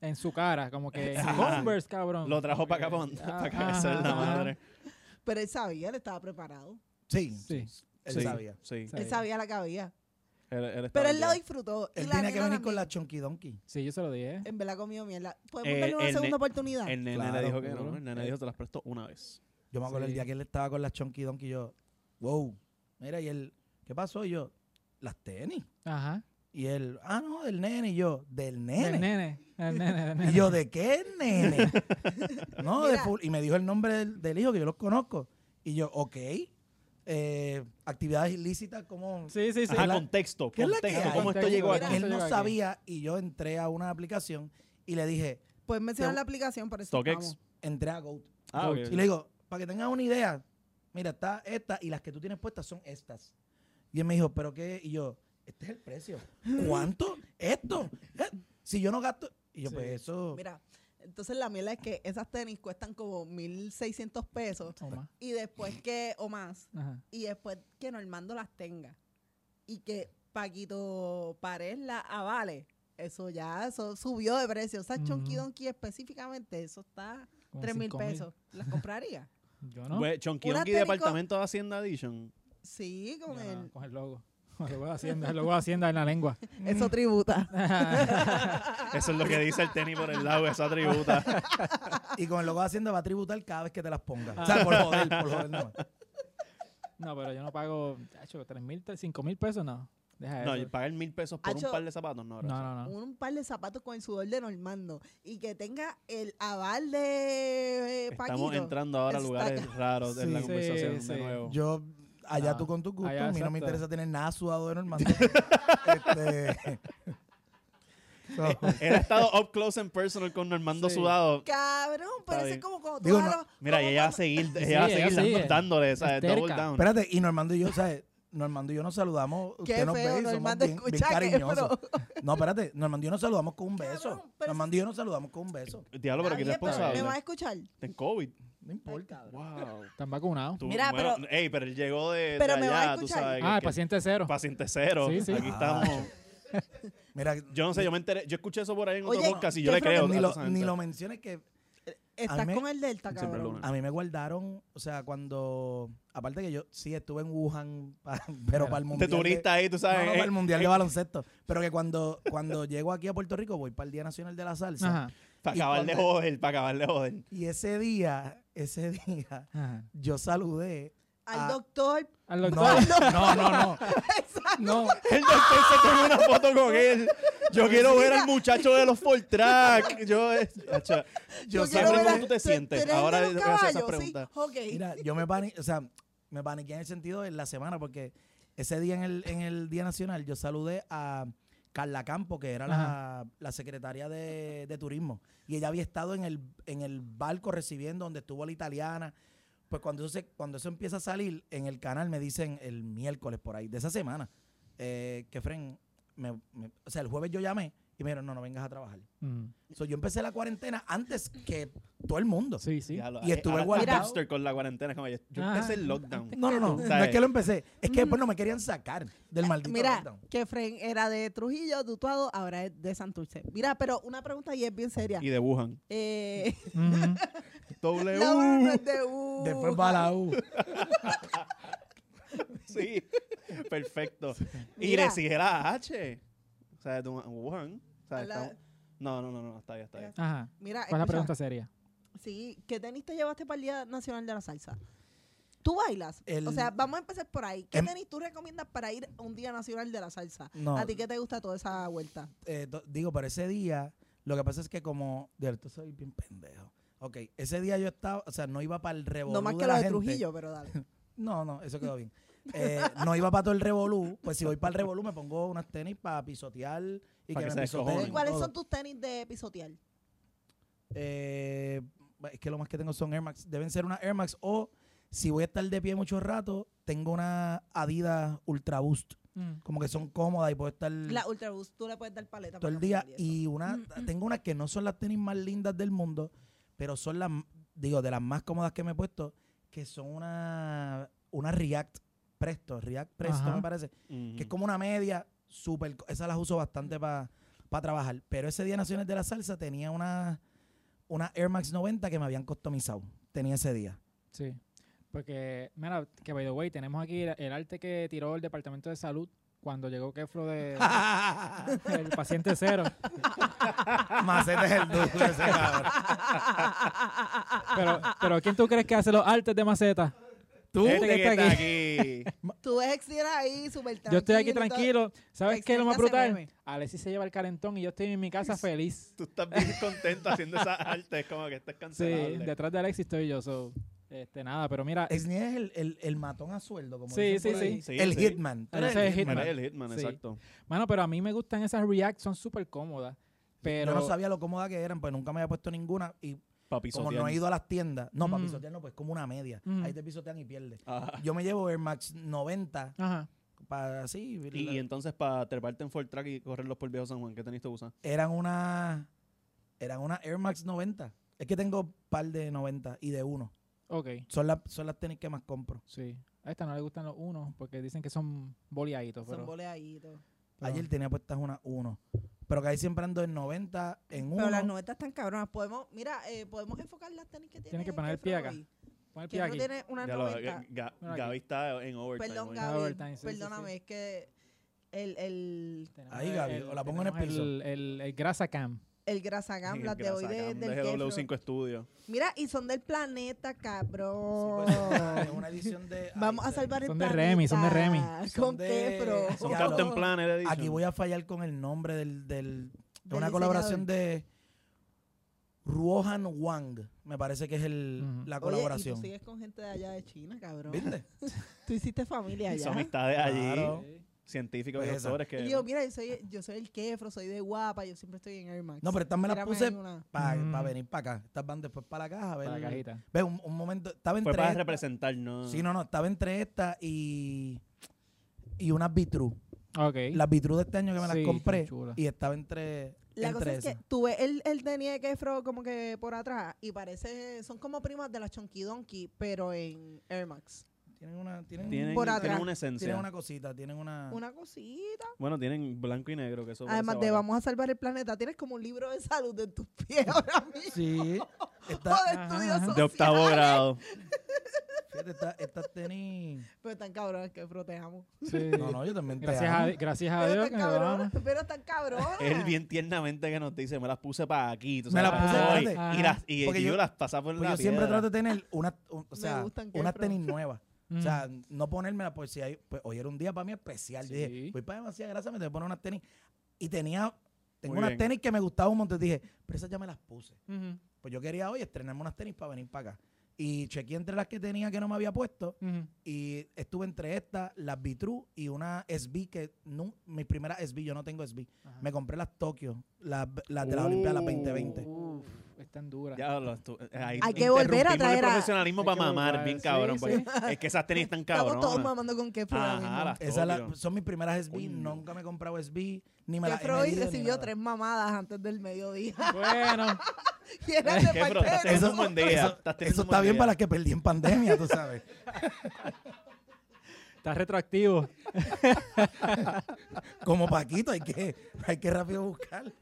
en su cara, como que
Sí.
Converse, cabrón.
Lo trajo para acá, para,
Ah,
para acá, esa es la
ajá, ajá.
madre.
Pero él sabía, él estaba preparado.
Sí,
Sí.
él
sí,
sabía.
Sí.
Sabía.
Él sabía la que había.
Él- él estaba
Pero él lo
ya.
disfrutó. y
Él
la
tenía que
nena
venir con
también.
la chonky donkey.
Sí, yo se lo dije.
En verdad comió mierda. ¿Podemos
Eh,
darle una
el
segunda
ne-
oportunidad?
El nene
Claro,
le dijo que
seguro.
no. El nene dijo te las prestó una vez.
Yo me acuerdo
Sí.
el día que él estaba con la chonky donkey. Yo, wow. Mira, y él, ¿qué pasó? Y yo, las tenis.
Ajá.
Y él, ah, no, del nene. Y yo, del nene.
El nene. El nene, del nene.
Y yo, ¿de qué nene? no, de
Mira.
full- Y me dijo el nombre del, del hijo, que yo los conozco. Y yo, ok. eh, actividades ilícitas, como...
Sí, sí, sí.
Ajá,
La-
contexto.
¿Qué es la que
Contexto.
hay?
¿Cómo esto
Contexto,
llegó
¿verdad?
aquí?
se
Él no
llega aquí?
sabía y yo entré a una aplicación y le dije,
Puedes mencionar
Te-
la aplicación, por eso
StockX.
vamos.
entré a Goat.
Ah, ok.
Y le digo, para que tengas una idea, mira, está esta y las que tú tienes puestas son estas. Y él me dijo, ¿pero qué? Y yo, este es el precio. ¿Cuánto? ¿Esto? ¿Eh? Si yo no gasto... Y yo,
Sí.
pues eso...
Mira, entonces la mierda es que esas tenis cuestan como 1.600 pesos
O más.
y después que, o más,
Ajá.
y después que Normando las tenga y que Paquito Pared las avale. Eso ya, eso subió de precio. O sea, Chonky
Ujú.
Donkey específicamente, eso está
Como
3 mil
5.000.
pesos. ¿Las compraría?
Yo no.
Pues, Chonky
Una
Donkey,
técnico-
Departamento de Hacienda Edition.
Sí,
Yo
con
no,
el...
con el logo. El logo de Hacienda, el logo de Hacienda en la lengua.
Eso tributa.
Eso es lo que dice el tenis por el lado, esa tributa.
Y con el logo de Hacienda va a tributar cada vez que te las pongas.
Ah.
O sea, por joder, por joder nomás.
no, pero yo no pago, hecho, 3 mil, 5 mil pesos, no. Deja
No, y
eso.
pagar mil pesos por
Hacho-
un par de zapatos,
no,
no. gracias.
no, no.
un par de zapatos con el sudor de Normando y que tenga el aval de eh,
Estamos
Paquito.
entrando ahora a
Está-
lugares raros en la
Sí,
conversación
sí.
de nuevo.
Yo, allá
No.
tú con tus gustos,
Ah. Allá,
a mí no me
exacto.
interesa tener nada sudado de Normando. Este, so,
Él ha estado up close and personal con Normando
Sí.
Sudado.
Cabrón,
Está
pero eso es
bien.
como cuando tú
Digo,
vas a
no,
los-
Mira, y
como
ella va a
cuando-
seguir, ella
Sí,
va a
ella
seguir
sigue.
dando- dándole, ¿sabes?
terca.
Double down.
espérate, y Normando y yo, ¿sabes? Normando y yo nos saludamos.
Qué
Usted nos
feo,
ve y somos
Normando
bien, bien
escucha que
cariñosos.
pero
No, espérate, Normando y yo nos saludamos con un beso.
Cabrón, pero-
Normando y yo nos saludamos con un beso.
Diablo, pero qué
nadie, pero
responsable.
me va a escuchar.
Ten COVID.
No importa.
Wow.
Están vacunados.
Tú-
Mira,
bueno,
pero-
Ey, pero él llegó de,
Pero
de
me va a
allá, tú
escuchar.
sabes.
Ah, el
que-
paciente cero.
paciente cero.
Sí, sí.
Aquí
Ah,
estamos.
Mira,
Yo no sé, yo me enteré. Yo escuché eso por ahí en otro
Oye,
podcast y
qué
yo le
feo
creo.
ni
a
lo,
esa
ni
gente.
lo menciones que
Estás
me-
con el Delta,
Siempre
cabrón.
luna.
A mí me guardaron, o sea, cuando. Aparte que yo sí estuve en Wuhan, pa- pero para el
De
mundial.
turista ahí, tú
de, no,
sabes.
no, para el
eh,
mundial de baloncesto. Pero que cuando, cuando llego aquí a Puerto Rico voy para el Día Nacional de la Salsa.
Ajá.
Para
Y
acabar de
cuando-
joder, para acabar de joder.
Y ese día, ese día,
Ajá.
yo saludé.
Al
Ah.
doctor.
Al
No,
doctor.
no, no, no. No,
El doctor se tomó una foto con él. Yo
Pues
quiero ver al muchacho de los full track. Yo, eh, acha,
yo
quiero
saludé.
ver a- cómo tú te sientes.
eres el
Ahora
de
yo
los
voy a hacer esa
caballos, sí.
pregunta.
Ok.
Mira, yo me paniqué, o sea, me paniqué en el sentido de la semana porque Ese día en el, en el Día Nacional yo saludé a Carla Campo, que era la, la secretaria de, de Turismo. Y ella había estado en el, en el barco recibiendo donde estuvo la italiana. Pues cuando eso, se- cuando eso empieza a salir en el canal me dicen el miércoles por ahí, de esa semana, eh, que Fren, me- me- o sea, el jueves yo llamé y me dijeron, no, no vengas a trabajar.
Mm.
So, yo empecé la cuarentena antes que todo el mundo.
Sí, sí.
Ya lo-
Y estuve
ahora-
guardado.
hipster con la cuarentena. como yo yo
Ah.
empecé el lockdown.
No, no, no.
O sea,
No es que lo empecé. Es que después no me querían sacar del maldito
Mm. Ah, Mira,
lockdown.
que Fren era de Trujillo, de Utuado, ahora es de Santurce. Mira, pero una pregunta y es bien seria.
Y de Wuhan.
Eh,
Ujú.
W.
la U no es de U.
Después va la U.
Sí. Perfecto. Y
Mira.
le sigue la H. O sea, de Wuhan. O sea,
La-
estamos- No, no, no, no. Está bien, está bien.
Ajá. ¿Cuál es
Mira,
la
Ah, escucha,
pregunta seria?
Sí, ¿qué tenis te llevaste para el Día Nacional de la Salsa? ¿Tú bailas?
El-
O sea, vamos a empezar por ahí. ¿Qué
Em-
tenis tú recomiendas para ir a un Día Nacional de la Salsa?
No.
¿A ti qué te gusta toda esa vuelta?
eh, do- digo, pero ese día, lo que pasa es que como, de esto soy bien pendejo. Ok, ese día yo estaba, o sea, no iba para el revolú.
No más que
de
lo
la
de
gente.
Trujillo, pero dale.
No, no, eso quedó bien. Eh, no iba para todo el revolú, pues si voy para el revolú me pongo unas tenis para pisotear y
Pa'
que,
que se
me pisoteen.
descojonen.
¿Y cuáles
todo.
son tus tenis de pisotear?
Eh, es que lo más que tengo son Air Max. Deben ser unas Air Max o si voy a estar de pie mucho rato, tengo una Adidas Ultra Boost.
Mm.
Como que son cómodas y puedo estar
La Ultra Boost, tú le puedes dar paleta.
Mm. todo
para
el día.
caminar eso.
Y una,
Mm,
tengo unas que no son las tenis más lindas del mundo, pero son las, digo, de las más cómodas que me he puesto, que son una, una React Presto, React Presto
Ajá.
me parece,
Mm.
que es como una media, súper, co- esa las uso bastante para trabajar. Pero ese día Naciones de la Salsa tenía una, una Air Max 90 que me habían customizado, tenía ese día.
Sí. Porque, mira, que by the way, tenemos aquí el, el arte que tiró el Departamento de Salud cuando llegó Kefro de el paciente cero.
Macete es el duro ese cabrón.
Pero, pero ¿quién tú crees que hace los artes de maceta?
Tú
Este
que está aquí.
Tú ves Exir ahí súper tranquilo.
Yo estoy aquí
y todo.
tranquilo. ¿Sabes qué es lo más
Excelente se
brutal?
mueve.
Alexis se lleva el calentón y yo estoy en mi casa feliz.
Tú estás bien contento haciendo esas artes. Como que estás
Sí,
cancelable.
detrás de Alexis estoy yo. so, este, nada, pero mira,
Es ni es el, el, el matón a sueldo, como
Sí,
dicen
sí,
por ahí.
sí.
El
Sí, sí.
hitman. Tú eres
Ese es
Hitman,
Hitman.
el Hitman,
Sí.
exacto.
mano, pero a mí me gustan esas React, son súper cómodas. Pero
Yo no sabía lo cómoda que eran, pues nunca me había puesto ninguna. Y
Papi
como no he ido a las tiendas, no, para
Mm.
pisotear no, pues como una media.
Mm.
Ahí te pisotean y pierdes. Yo me llevo Air Max 90
Ajá.
para así.
Y,
la-
entonces, para treparte en Fort Track y correrlos por Viejo San Juan, ¿qué tenis tú usas?
Eran una. Eran una Air Max 90. Es que tengo un par de 90 y de uno.
Ok,
Son, las son las tenis que más compro.
sí. A esta no le gustan los unos porque dicen que son boleaditos. Pero,
Son boleaditos.
pero-
Ayer tenía puestas una 1. Pero que ahí siempre ando en 90, en
Pero
1.
las novetas están cabronas. Podemos, mira, eh, podemos enfocar las tenis que tiene.
Tiene que poner el
Kefra
pie acá.
hoy.
Pon el pie
Que no
aquí.
tiene una
Ya lo-
noveta.
Ga- Ga-
Mira aquí.
Gaby está en overtime.
Perdón,
hoy.
Gaby.
overtime, sí, sí,
perdóname,
sí.
es que el, el,
Tenemos
Ahí, Gaby, o la pongo en el
tenemos
piso.
El, el- el grasa cam.
el grasagam,
En
las
el
de hoy de,
Grasacam
del
de
Kefra.
GW5 Studio.
Mira, y son del planeta, cabrón.
pues, una edición de.
Oh. Vamos a
ahí,
salvar el
Son de
planeta.
Remy, son de Remy.
Son
Con
de-
Kefro.
son
Son
Ya
Captain
lo-
Planet Edition.
Aquí voy a fallar con el nombre del. del de
Del
una colaboración de. Ruohan Wang. Me parece que es el,
Ujú.
la
Oye,
colaboración.
y tú sigues con gente de allá de China, cabrón.
¿Viste?
Tú hiciste familia
Son
allá.
amistades allí.
Claro.
Científicos y
Pues esa.
doctores
Y
que...
digo, mira, yo soy, yo soy el Kefro, soy de guapa, yo siempre estoy en Air Max.
No, pero estas me las
Mírame
puse
en una-
para
Mm.
venir para acá. Estas van después para la caja. a ver-
Para la cajita.
Ve, un, un momento. Estaba
Fue
entre.
para
esta-
representarnos.
Sí, no, no. Estaba entre esta y. Y unas Vitru.
Ok.
Las Vitru de este año que me
Sí,
las compré.
qué chula.
Y estaba entre.
La cosa
entre
es que
esas.
tú ves el, el tenis de Kefro como que por atrás y parece, son como primas de la Chonky Donkey, pero en Air Max.
Tienen una. Tienen,
Tienen,
Por
tienen
atrás.
una esencia.
tienen una cosita. Tienen
Ah.
una.
Una cosita.
Bueno, tienen blanco y negro. que eso
Además
parece
de
ahora.
vamos a salvar el planeta, tienes como un libro de salud en tus pies ahora mismo.
Sí.
de
Esta,
estudios
ajá.
De
sociales.
octavo grado.
fíjate, esta- estas tenis.
Pero están cabrones que protejamos.
Sí.
No, no, yo también te
Gracias
amo.
a, gracias a
Pero
Dios Ah, que
están
me lo dan.
cabrones. Pero están cabrones.
Él bien tiernamente que nos dice, me las puse para aquí. tú
Ah. Me
sabes,
las puse,
hoy,
espérate.
y, las, y,
Porque
y yo,
yo-
las pasaba por
Pues
la
yo siempre
piedra.
trato de tener una, un- o
Me
sea,
gustan
unas
Kefro.
tenis nuevas. O
Mm.
sea, no ponérmela por si hay. Pues hoy era un día para mí especial.
Sí.
Dije, voy para demasiada grasa, me tengo que poner unas tenis. Y tenía. Tengo
Muy
unas
bien.
tenis que me gustaban un montón. Dije, pero esas ya me las puse.
Ujú.
Pues yo quería hoy estrenarme unas tenis para venir para acá. Y chequeé entre las que tenía que no me había puesto.
Ujú.
Y estuve entre estas, las Vitru y una SB que no, mis primeras SB, yo no tengo SB.
Ah.
Ajá.
Me compré las Tokio, las, las
Uh.
de las Olimpiadas, las 2020.
Uf, están duras.
Ya, lo estu- eh, ahí
Hay que volver a
interrumpimos
traer
el
a-
profesionalismo
Hay
para
que volver
mamar,
a-
bien
sí,
cabrón.
sí.
porque Es que esas tenis están
Estamos todos
cabronas.
mamando con Kefroy. ahora
Ajá,
mismo.
las
Esas la-
Tokio.
son mis primeras SB,
Coño.
nunca me he comprado SB, ni me las he
Kefroy
medido ni
recibió
nada.
tres mamadas antes del mediodía.
Bueno,
Y era de
Kefroy,
parte
estás
de
teniendo
Eso,
un buen día,
eso-
estás teniendo
eso
un
está
buen
bien
día.
para las que perdí en pandemia, tú sabes.
está retroactivo.
Como Paquito, hay que, hay que rápido buscar.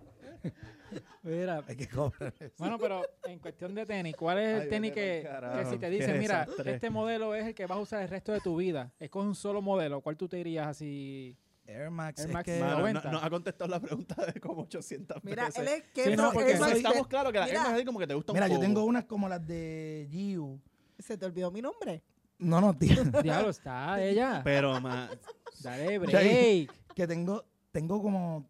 Mira,
Hay que cobrar.
bueno, pero en cuestión de tenis, ¿cuál es el
Ay,
tenis
vete
que,
pa'l
que
carajo,
si te
qué
dicen, mira,
desastre.
este modelo es el que vas a usar el resto de tu vida? Escoge un solo modelo. ¿Cuál tú te dirías así?
Air Max,
Air
es
Max
que-
Mano,
Mano, no,
90.
no ha contestado la pregunta de como 800
Mira,
veces.
él es
Sí,
Kefroy.
no, porque
es
eso
más-
estamos claros que la
Mira.
Air Max es como que te gusta un
Mira, yo
poco.
tengo unas como las de Giu.
Se te olvidó mi nombre.
No, no, tío.
Diablo, está ella.
Pero, más
Dale
Ya ahí.
break.
Que tengo, tengo como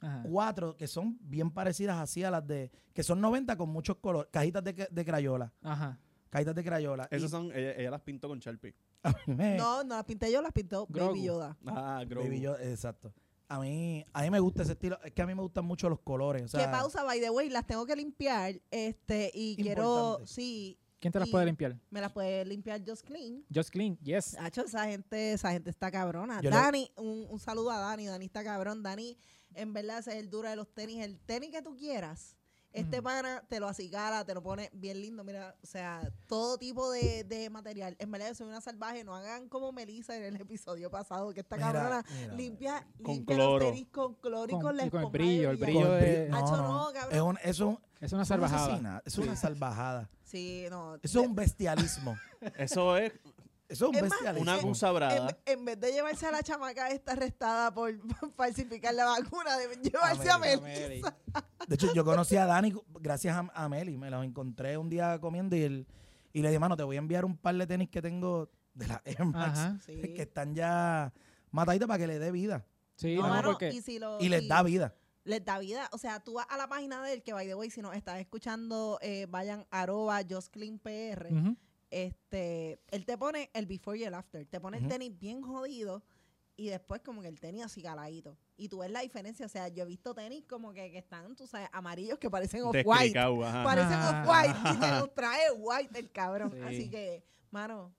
Ajá.
cuatro que son bien parecidas así a las de. Que son 90 con muchos colores. Cajitas de, ca- de crayola.
Ajá.
Cajitas de crayola.
Esas son, ella, ella las pintó con Sharpie.
No,
No, no las pinté yo, las pintó
Grogu.
Baby Yoda.
Ah, Grogu.
Baby Yoda, exacto. A mí, a mí me gusta ese estilo. Es que a mí me gustan mucho los colores. O sea,
que pausa, by the way, las tengo que limpiar. Este, y quiero,
Importante.
sí,
¿Quién te las
Y-
puede limpiar?
me las puede limpiar Just Clean.
Just Clean, yes.
Hacho, esa gente, esa gente está cabrona.
Yo le-
Dani, un, un saludo a Dani, Dani está cabrón. Dani, en verdad, ese es el duro de los tenis. El tenis que tú quieras, este
Ujú.
pana te lo acicala, te lo pone bien lindo. Mira, o sea, todo tipo de, de material. En verdad, yo soy una salvaje. No hagan como Melissa en el episodio pasado, que esta
mira,
cabrona
mira.
limpia,
Con
limpia
cloro.
los tenis con cloro y
Con-
con, la
y con el
esponja
brillo, el
de
brillo
Con
de-
brillo- no,
Hacho,
no.
no, cabrón.
Es un- es un-
Es una
es una
salvajada.
asesina, Es una salvajada.
Sí, no.
Eso es un bestialismo.
Eso es
Eso es un
Es más,
bestialismo.
una
en,
gusabrada.
en vez de llevarse a la chamaca esta arrestada por falsificar la vacuna, deben llevarse a
Mary,
Mel.
Mary.
De hecho, yo conocí a Dani gracias a, a Meli. Me los encontré un día comiendo y, él, y le dije, mano, te voy a enviar un par de tenis que tengo de la Air Max
Ajá.
Sí.
que están ya mataditas para que le dé vida.
Sí,
No,
no,
mano,
porque
y si lo-
Y les
y
da vida.
les da vida. O sea, tú vas a la página de él, que by the way, si nos estás escuchando, eh, vayan arroba justcleanpr.
Ujú.
Este, él te pone el before y el after. Te pone
Ujú.
el tenis bien jodido y después como que el tenis así caladito. Y tú ves la diferencia. O sea, yo he visto tenis como que, que están, tú sabes, amarillos que parecen off-white.
Descricau, ajá.
Parecen
Ah.
off-white y te los trae white el cabrón.
Sí.
Así que, mano,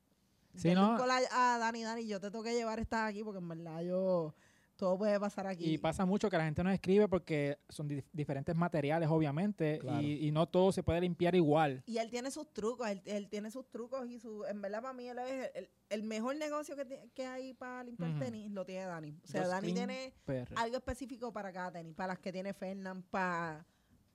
Sí,
yo
no.
le digo a Dani, Dani, yo te tengo que llevar estas aquí porque en verdad yo, todo puede pasar aquí.
Y pasa mucho que la gente nos escribe porque son di- diferentes materiales, obviamente,
Claro.
y, y no todo se puede limpiar igual.
Y él tiene sus trucos, él, él tiene sus trucos y su, en verdad para mí él es el, el mejor negocio que, ti- que hay para limpiar
Ujú.
tenis, lo tiene Dani. O sea,
Just
Dani
Clean
tiene
PR.
algo específico para cada tenis, para las que tiene Fernand, para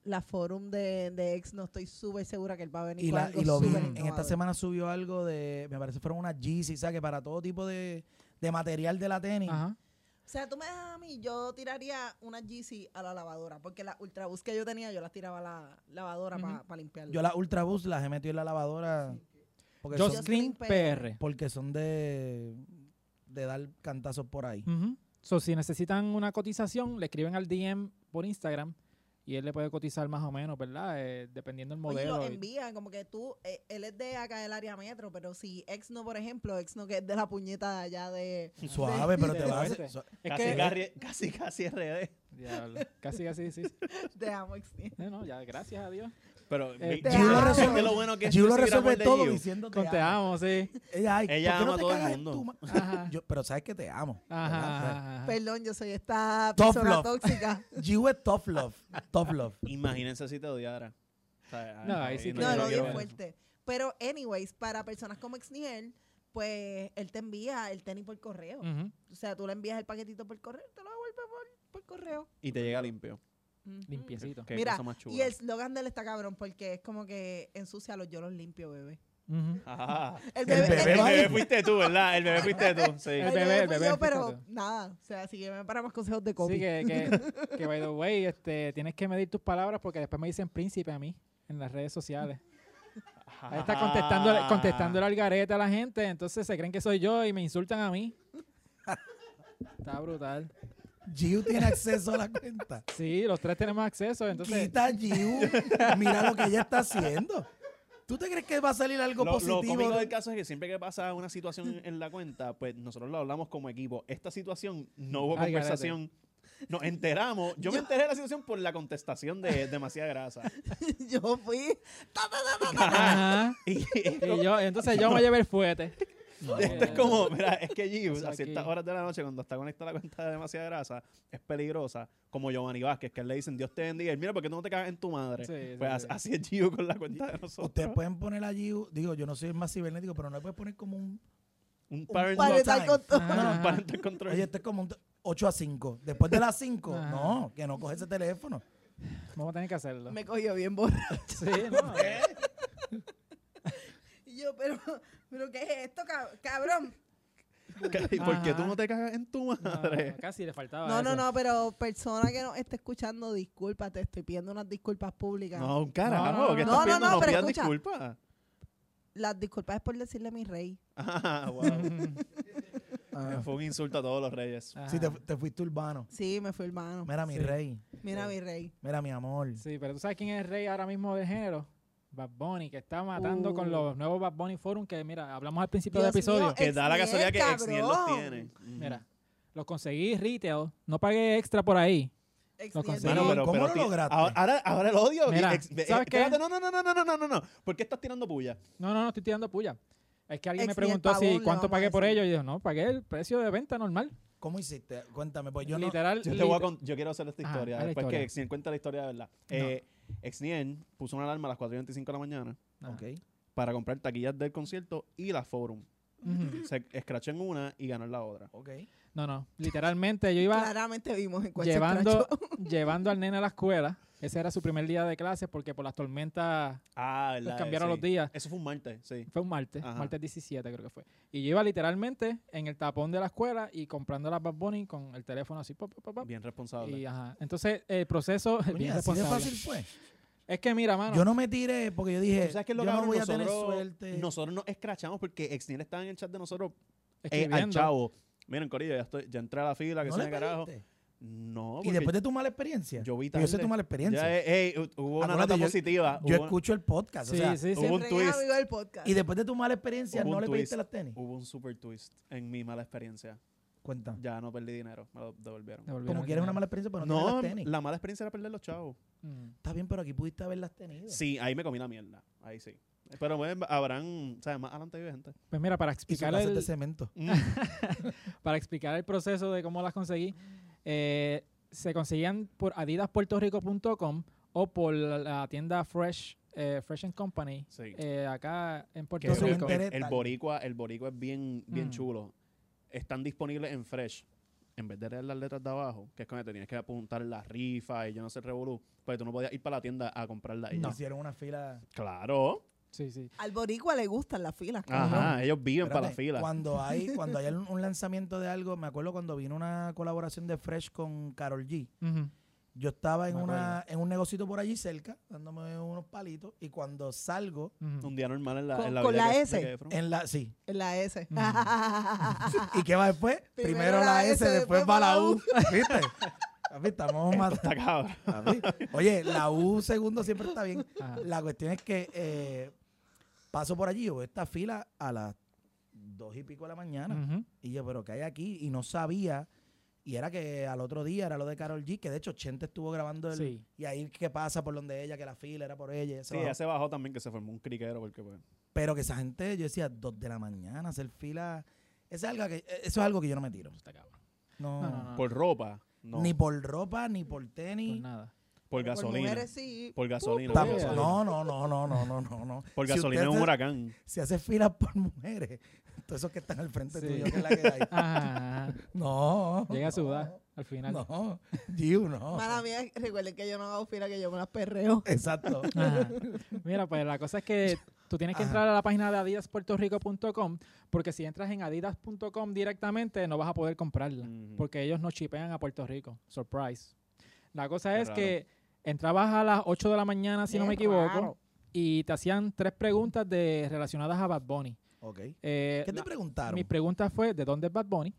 la forum de, de ex, no estoy súper segura que él va a venir.
Y,
con
la-
algo
y lo vi.
súper
En esta
innovador.
semana subió algo de, me parece fueron unas Yeezy, ¿sabes? Que para todo tipo de, de material de la tenis.
Ajá.
O sea, tú me dejas a mí, yo tiraría una GC a la lavadora, porque las ultrabus que yo tenía, yo las tiraba a la lavadora
Ujú.
para limpiarlas.
Yo las Ultra Boost las he metido en la lavadora porque,
Just,
son,
Clean
Clean
PR.
porque son de, de dar cantazos por ahí.
Ujú. So, si necesitan una cotización, le escriben al DM por Instagram y él le puede cotizar más o menos, ¿verdad? Eh, dependiendo del
Oye, y
modelo.
lo
y-
envían, como que tú, eh, él es de acá del área metro, pero si ex no, por ejemplo, ex no que es de la puñeta de allá de...
Suave, pero te
Sí,
va a
sí.
hacer. su-
Es
Casi,
que-
garri- casi, casi RD.
Diablo. Casi, casi, sí. sí.
Te amo, ex.
Eh, no, ya, gracias a Dios.
Pero
Eh,
vi-
te
Giu lo
amo.
resuelve. que lo bueno que es
Giu lo este
Instagram
resuelve
es de
todo
Giu.
diciendo te
Con te
amo.
amo, sí.
Ella, ay,
Ella
¿por qué
ama a
no te
todo el
cagas en
mundo.
tu ma-
Ajá.
Yo- pero sabes que te amo.
Ajá,
¿verdad?
ajá, ajá.
Perdón, yo soy esta
Tough
persona
love.
tóxica.
Giu es tough love. Tough love.
Imagínense si te odiara. O sea,
No, ahí sí que-
No,
yo
lo
no
odio
quiero ver.
fuerte. Pero, anyways, para personas como ex Nigel, pues él te envía el tenis por correo.
Ujú.
O sea, tú le envías el paquetito por correo, te lo devuelve por, por correo.
Y te llega limpio.
Ujú.
Limpiecito.
Qué
Mira,
cosa más chula.
Y el eslogan de él está cabrón porque es como que ensucialos, yo los limpio, bebé.
Ujú.
Ajá.
El
bebé-
El
bebé-
bebé fuiste tú, ¿verdad? El bebé fuiste tú, sí.
El bebé, el
fui
bebé,
yo,
fíjate.
pero nada. O sea, sígueme para más consejos de copy.
Sí, que, que, que, by the way, este, tienes que medir tus palabras porque después me dicen príncipe a mí en las redes sociales. Ahí
Ah.
está contestando, contestándole al garete a la gente, entonces se creen que soy yo y me insultan a mí. Está brutal.
Giu tiene acceso a la cuenta.
Sí, los tres tenemos acceso, entonces
Quita a Giu. Mira lo que ella está haciendo. ¿Tú te crees que va a salir algo
Lo, lo
positivo?
cómico
de-
del caso es que siempre que pasa una situación en la cuenta, pues nosotros lo hablamos como equipo. Esta situación no hubo
Ay,
conversación. Nos enteramos. Yo, me enteré de la situación por la contestación de demasiada grasa.
Yo fui. ta, ta, ta, ta, ta.
Ajá.
Y
Y yo, entonces yo me llevé el fuete.
esto este es como, mira, es que
O
Gibbs
sea,
a ciertas
aquí-
horas de la noche cuando está conectada la cuenta de demasiada grasa es peligrosa, como Giovanni Vázquez, que le dicen Dios te bendiga. Y él, mira, porque tú no te cagas en tu madre.
Sí,
pues
sí,
as-
sí.
así es Gibbs con la cuenta de nosotros.
Ustedes pueden poner allí, digo, yo no soy el más cibernético, pero no le puedes poner como un.
un
Un
parent,
parental
time.
control.
No, no,
Ajá.
parental control.
Oye, esto es como un 8 a 5. Después de las 5,
Ajá.
no, que no coge ese teléfono.
Vamos a tener que hacerlo.
Me cogió bien borra.
Sí, no.
Y yo, pero, pero ¿qué es esto, cab- cabrón?
¿Y por qué
Ajá.
tú no te cagas en tu madre?
No, casi le faltaba.
No,
Ah, eso.
no, no, pero persona que nos esté escuchando, discúlpate, estoy pidiendo unas disculpas públicas.
No, un carajo,
No, no,
que
no,
estás
no,
pidiendo
no,
no,
pero
pidas
escucha.
disculpas.
Las disculpas es por decirle mi rey.
Ah, wow.
Ah,
Fue un insulto a todos los reyes.
Ajá.
Sí, te, te fuiste urbano.
Sí, me fue hermano.
Mira, mi
Ah. Sí.
rey.
Mira mi rey.
Mira, mi amor.
Sí, pero tú sabes quién es el rey ahora mismo del género. Bad Bunny, que está matando
Uh.
con los nuevos Bad Bunny Forum que, mira, hablamos al principio
Dios
del episodio.
mío, eh.
Que da la
Exniel,
casualidad que Exniel los
cabrón.
tiene. Mm.
Mira, los conseguí retail, no pagué extra por ahí. Lo conseguí.
Exniel,
Mano, pero,
¿Cómo
pero
lo
ti-
lograste?
Ahora, ahora- ahora el odio.
Mira,
Ex-
¿sabes
eh,
qué?
espérate, no, no, no, no, no, no, no, no, no. ¿Por qué estás tirando puya?
No, no, no estoy tirando puya. Es que alguien me
Exniel
preguntó
Pavón,
si
le
cuánto
vamos a
pagué por
decir.
ello. Y yo, no, pagué el precio de venta normal.
¿Cómo hiciste? Cuéntame, pues yo no.
literal.
Yo, te voy a
liter-
cont- yo quiero hacer esta
Ajá,
historia.
haz la
después
historia.
que Exniel cuenta la historia de verdad. Eh, Exniel puso una alarma a las 4 y 25 de la mañana
Ajá.
Ok.
para comprar taquillas del concierto y la forum.
Ujú.
Se escrachó en una y ganó en la otra.
Ok.
No, no, literalmente yo iba
Claramente vimos en cuál se
llevando,
escrachó.
llevando al nene a la escuela. Ese era su primer día de clases porque por las tormentas
Ah,
les
verdad.
cambiaron
sí.
los días.
Eso fue un martes, sí.
Fue un martes,
Ajá.
martes 17 creo que fue. Y yo iba literalmente en el tapón de la escuela y comprando las Bad Bunny con el teléfono así, pop, pop, pop, pop.
Bien responsable.
Y, ajá. Entonces, el proceso es
Coño,
bien
así de
responsable.
fácil fue.
Es que mira, mano,
Yo no me tiré porque yo dije,
¿Tú sabes qué es
yo
lo
no
cabrón?
voy a
nosotros,
tener suerte.
Nosotros nos escrachamos porque Exniel estaba en el chat de nosotros eh, al
escribiendo.
chavo. Miren, Corillo, ya, estoy, ya entré a la fila, que
¿No
se
le
me carajo.
pediste?
No,
Y
porque
después de tu mala experiencia.
yo vi
Yo sé
tarde.
tu
ya,
mala experiencia.
eh, eh, hubo una
Acuérdate,
nota
yo-
positiva.
Yo
hubo,
escucho el podcast.
Sí,
o sea,
sí, sí.
hubo un
Rey
twist.
amigo del podcast.
Y después de tu mala experiencia,
Hubo
no
un
le pediste
twist.
las tenis.
hubo un super twist en mi mala experiencia.
Cuenta.
Ya no perdí dinero, me lo devolvieron.
Devolvieron
Como
el
quieres una
dinero.
mala experiencia, Ah. pero no, tienes
No,
las tenis.
la mala experiencia era perder los chavos.
Mm.
Está bien, pero aquí pudiste haberlas tenido.
Sí, ahí me comí la mierda. Ahí sí. Pero bueno, habrán, ¿sabes? Más adelante vive gente.
Pues mira, para
Y su
explicar,
casa es de
el,
cemento.
Mm.
para explicar el proceso de cómo las conseguí, eh, se conseguían por adidaspuertorico.com o por la, la tienda Fresh, eh, Fresh and Company,
Sí.
eh, acá en Puerto
Entonces,
Rico.
me
el,
enteré
el
tarde.
boricua, el boricua es bien, bien
Mm.
chulo. Están disponibles en Fresh. En vez de leer las letras de abajo, que es cuando tenías que apuntar las rifas y yo no sé, revolú, pues tú no podías ir para la tienda a comprarla.
No.
ellos.
Hicieron una fila.
Claro.
Sí, sí.
Al boricua le gustan las filas.
Ah.
Ajá, ellos viven para la
Espérate,
fila.
Cuando hay, cuando hay un un lanzamiento de algo, me acuerdo cuando vino una colaboración de Fresh con Carol G.
Ujú.
Yo estaba en,
Me
una, en un negocito por allí cerca, dándome unos palitos, y cuando salgo,
Ujú.
Un día normal en la,
Con-
en la
con
vida
la
que-
S.
de que fueron.
en la. Sí.
En la S.
Mm.
¿Y qué va después? Primero, la S, después va la U. ¿Viste? Papi, estamos
Está
matando.
cabrón.
papi. Oye, la U segundo siempre está bien.
Ajá.
La cuestión es que eh, paso por allí, yo veo esta fila a las dos y pico de la mañana.
Ujú.
Y yo, pero ¿qué hay aquí? Y no sabía. Y era que al otro día era lo de Carol G, que de hecho Chente estuvo grabando el.
Sí.
Y ahí que pasa por donde ella, que la fila era por ella. y eso.
Sí, ella se bajó también, que se formó un criquero, porque pues.
Pero que esa gente, yo decía, dos de la mañana, hacer fila. Eso es algo que, e, eso es algo que yo no me tiro.
Está cabrón.
No,
No, no, no.
Por ropa, no.
Ni por ropa, ni por tenis.
Por nada.
por
Por
gasolina.
mujeres sí.
Por gasolina.
Puta
por
madre.
Tampoco.
gasolina.
No, no, no, no, no, no, no, no.
Por
Si
gasolina
usted
es un
hace-
huracán.
Si hace filas por mujeres, todos esos que están al frente
Sí.
tuyo, que es la que hay.
Ajá.
No.
Llega a
no,
sudar al final.
No, Giu, no.
Mala mía, recuerden que yo no hago fila, que yo me las perreo.
Exacto.
Ajá. Mira, pues la cosa es que tú tienes que
Ajá.
entrar a la página de adidaspuertorico.com porque si entras en adidas.com directamente no vas a poder comprarla
Mm.
Ujú.
porque ellos no chipean a Puerto Rico. Surprise. La cosa
Qué
es que entrabas a las 8 de la mañana, si no
Qué
me equivoco,
raro.
y te hacían tres preguntas de, relacionadas a Bad Bunny.
Ok.
Eh,
¿Qué
la-
te preguntaron?
mi pregunta fue, ¿de dónde es Bad Bunny?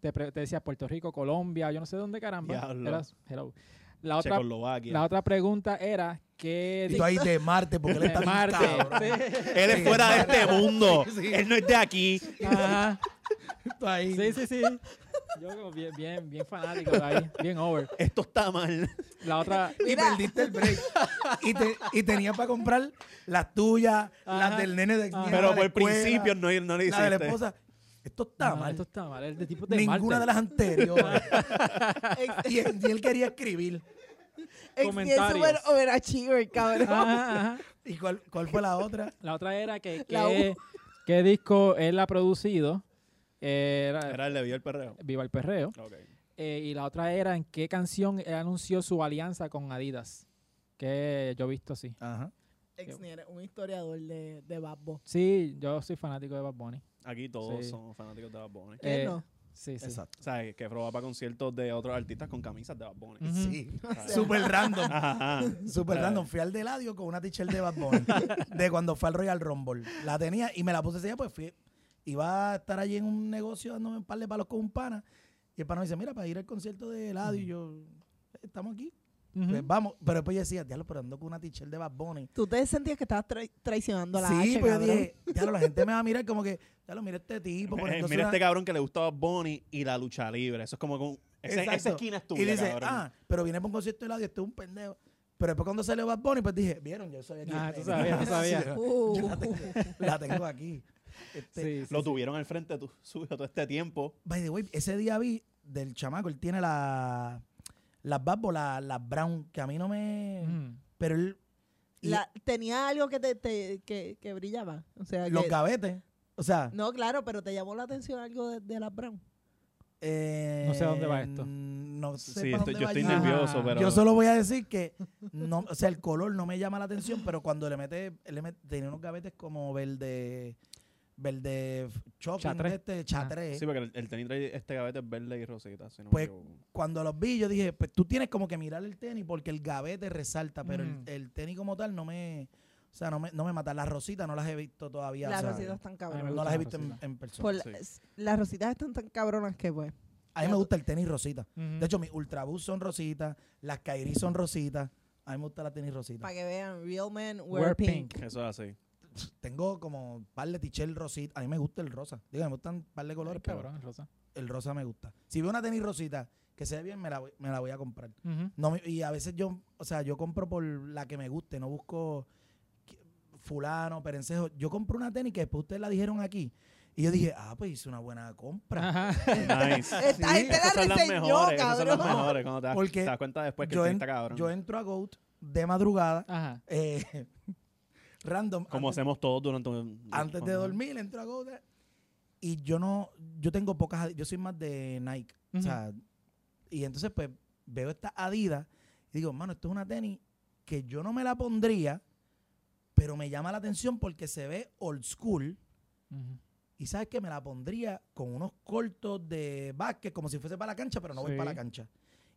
Te, pre- te decía Puerto Rico, Colombia, yo no sé dónde caramba.
Diablo.
Eras- hello. La otra,
Checoslovaquia.
la otra pregunta era que...
Y tú ahí de Marte, porque él está bien cabrón.
Él es fuera de este mundo.
Sí, sí.
Él no es de aquí.
Ajá.
Tú ahí.
Sí, sí, sí. Yo como bien, bien, bien fanático de ahí, bien over.
Esto está mal.
La otra,
Y perdiste el break. Y, te, y tenía para comprar las tuyas, las
Ajá.
del nene de
Ajá.
Pero
de la
por
escuela,
principio no, no le
La de la
hiciste.
esposa. Esto está
No,
mal.
Esto está mal. El de tipo de Marte.
Ninguna de las anteriores. y, él, y él quería escribir.
Ex- y es
Comentarios.
súper overachiever, cabrón.
Ah. Ajá, ajá.
¿Y cuál, cuál fue la otra?
La otra era que
La
qué, qué disco él ha producido. Era,
Era el de Vio el Perreo.
Viva el Perreo.
Ok.
Eh, y la otra era en qué canción él anunció su alianza con Adidas. Que yo he visto así.
Ajá.
Exnier es un historiador de, de Bad Bunny.
Sí, yo soy fanático de Bad Bunny.
Aquí todos
Sí.
somos fanáticos de Bad Bunny.
¿Quién
Eh,
no?
Sí, sí.
Exacto.
O sea, que- que probaba conciertos de otros artistas con camisas de Bad Bunny.
Ujú.
Sí. Súper random.
Ajá. ajá.
Súper
Claro.
random. Fui al de Eladio con una t-shirt de Bad Bunny. de cuando fue al Royal Rumble. La tenía y me la puse sencilla, pues fui. Iba a estar allí en un negocio dándome un par de palos con un pana. Y el pana me dice, mira, para ir al concierto de Eladio. Y yo, "Eh, estamos aquí.
Ujú.
Pues vamos. Pero después yo decía, diablo, pero ando con una t-shirt de Bad Bunny.
¿Tú te sentías que estabas trai- traicionando a la
sí,
H,
pero yo
cabrón?
dije, diablo, la gente me va a mirar como que, diablo, mira este tipo.
Eh,
poniéndose
mira
una-
este cabrón que le gusta Bad Bunny y la lucha libre. Eso es como con. ese- esa
Exacto.
esquina es tuya,
Y dice,
cabrón.
ah, pero viene por un concierto de Eladio, este es un pendejo. Pero después cuando salió Bad Bunny, pues dije, vieron, yo sabía que...
Ah, tú sabías, tú sabías.
Uh,
Yo la tengo, la tengo aquí.
Sí,
Este,
sí,
Lo
sí.
tuvieron al frente tu- suyo todo este tiempo.
By the way, ese día vi del chamaco, él tiene la, las babos, las brown, que a mí no me...
Ujú.
Pero él... y
la- tenía algo que te, te- que, que brillaba. O sea,
los
que-
gavetes. O sea...
no, claro, pero te llamó la atención algo de, de las Brown.
eh,
No sé a dónde va esto.
No sé
Sí,
para
estoy-
dónde
yo
va
estoy
Ajá.
nervioso, pero.
Yo solo voy a decir que, no, o sea, el color no me llama la atención, pero cuando le mete, él le mete- tenía unos gavetes como verde, verde chocolate,
Chatré. Ah,
este chatré.
Sí, porque el, el tenis trae este gavete es verde y rosita. Si no me
Pues,
equivoco.
Cuando los vi, yo dije, pues tú tienes como que mirar el tenis porque el gavete resalta, pero el-
Mm.
el, tenis como tal no me, o sea, no me, no me mata. Las rositas no las he visto todavía.
Las
o sea,
rositas están
me
cabronas.
no
gustan
las
las
he visto en,
rositas.
en persona.
Por la- Las rositas están tan cabronas que pues.
A mí
ya
me
tú-
gusta el tenis rosita.
Ujú.
De hecho, mis Ultraboost son rositas, las Kairi son rositas. A mí me gusta la tenis rosita.
Para que vean, real men wear,
Wear
pink.
pink.
Eso es así.
Tengo como un par de tichel rosita. A mí me gusta el rosa. Digo, me gustan un par de colores,
Ay,
pero
cabrón, Rosa.
el rosa me gusta. Si veo una tenis rosita que se ve bien, me la voy, me la voy a comprar.
Ujú.
No, me- y a veces yo, o sea, yo compro por la que me guste, no busco que- fulano, perencejo. Yo compro una tenis que después ustedes la dijeron aquí. Y yo dije, ah, pues hice una buena compra.
Ajá.
Nice.
Esta gente la
Esas son las
reseñó,
mejores. Esas son las
cabrón.
mejores. Cuando te das,
Porque
te das cuenta después Pues que
yo,
el
en-
tenis está cabrón. Ah.
yo entro a GOAT de madrugada,
Ajá.
eh, random.
como
antes-
hacemos todos durante un-
antes de
cuando-
dormir entro a Goda y yo no yo tengo pocas adi- yo soy más de Nike o sea y entonces pues veo esta Adidas y digo mano esto es una tenis que yo no me la pondría pero me llama la atención porque se ve old school
Ujú.
y sabes que me la pondría con unos cortos de básquet como si fuese para la cancha pero no voy
Sí.
para la cancha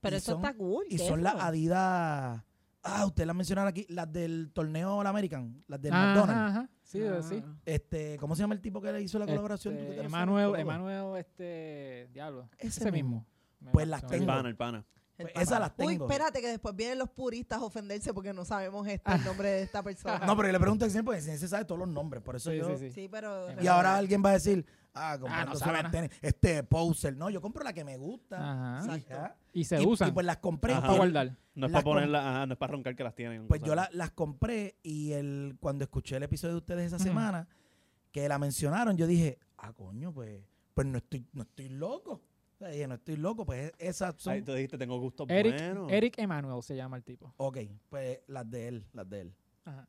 Pero
Y
eso
son-
está cool.
y
¿qué
son
es
las
eso?
Adidas ah ustedes las mencionaron aquí las del torneo All American las del
Ajá,
McDonald's
ajá. Sí,
Ah.
sí.
Este, ¿cómo se llama el tipo que le hizo la colaboración? ¿Tú qué te
Este,
lo sabes?
Emanuel,
¿Todo?
Emanuel, este, diablo.
Ese
Ese,
mismo.
mismo.
Pues las
Se me
El
tengo.
olvidó.
pana, el pana.
El
Pues esas las
Uy,
tengo.
espérate que después vienen los puristas a ofenderse porque no sabemos este, el nombre de esta persona.
Ah. No, pero yo le pregunto a Xenia porque Xenia se sabe todos los nombres, por eso
Sí,
yo.
sí, sí.
Sí, pero...
Y ahora alguien va a decir, ah, comprando
no
solo
sabe
las
nada.
tenis, este poser, no, yo compro la que me gusta.
Ajá.
Sí,
Exacto.
ya.
Y se
y,
usan
y pues las compré.
Ajá.
para
y-
guardar.
No es
Las
para
con-
ponerla, ajá, no es para roncar que las tienen.
pues
o
yo
sea.
la- las compré y el, cuando escuché el episodio de ustedes esa
Ujú.
semana, que la mencionaron, yo dije, ah, coño, pues, pues no estoy, no estoy loco. O sea, dije, no estoy loco, pues esas son.
Ahí tú dijiste, tengo gustos
Eric,
buenos.
Eric Emanuel se llama el tipo.
Ok, pues las de él, las de él.
Ajá.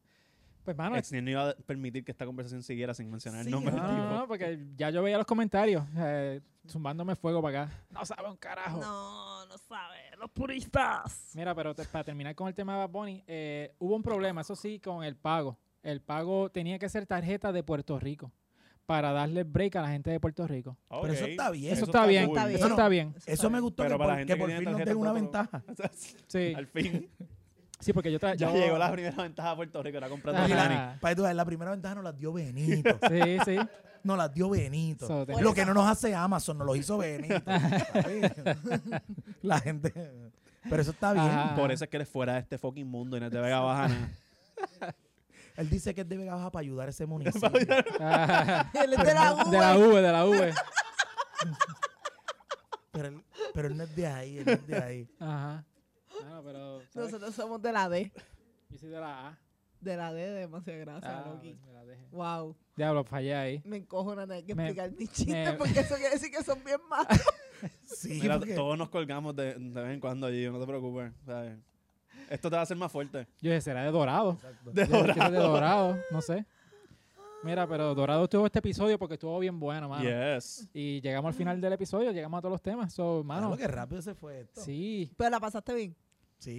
Pues, mano,
Ex- Ah, no iba a permitir que esta conversación siguiera sin mencionar
Sí,
el nombre
no,
del tipo.
no, no, porque ya yo veía los comentarios eh, zumbándome fuego para acá. No sabe un carajo.
No, no sabe. Los puristas.
Mira, pero te- para terminar con el tema de Bad Bunny, eh, hubo un problema, eso sí, con el pago. El pago tenía que ser tarjeta de Puerto Rico para darle break a la gente de Puerto Rico.
Ok.
Pero eso está bien.
Eso, está, bien,
cool.
Está bien.
eso está bien.
Eso me gustó
Pero
que
para la
por,
gente
que
que
por
tiene
fin nos
tarjeta
den una
todo.
ventaja.
Sí,
Al fin.
sí porque yo... tra-
Ya
yo-
llegó la primera ventaja a Puerto Rico, era comprando
Ajá.
Y
tenis.
la, para que tú veas, la primera ventaja nos la dio Benito.
Sí, sí.
Nos la dio Benito.
So, te-
Lo que no nos hace Amazon, nos lo hizo Benito. la gente. Pero eso está bien.
Ajá.
Por eso es que eres fuera de este fucking mundo y no es de Vega Bajana.
Él dice que es de Vega Baja para ayudar a ese municipio.
Ah,
Él es de la U.
de la V, de la V.
pero, él, pero él no es de ahí, él no es de ahí.
Ajá. Bueno, pero. ¿sabes?
Nosotros somos de la D.
Yo soy de la A.
De la D, demasiada gracia,
Ah,
Loki.
pues, me la dejé.
Wow.
Diablo, fallé ahí.
Me encojona tener que
Me-
explicar mis chistes
me-
porque eso quiere decir que son bien malos.
Sí,
Mira,
porque-
todos nos colgamos de, de vez en cuando allí, no te preocupes. ¿sabes? Esto te va a hacer más fuerte.
Yo dije, será de dorado.
Exacto.
De
Yo dije,
dorado.
de dorado, no sé. Mira, pero Dorado estuvo este episodio porque estuvo bien bueno, mano.
Yes.
Y llegamos al final del episodio, llegamos a todos los temas. So,
Claro,
mano,
que rápido se fue esto. Sí,
sí,
Pero la pasaste bien.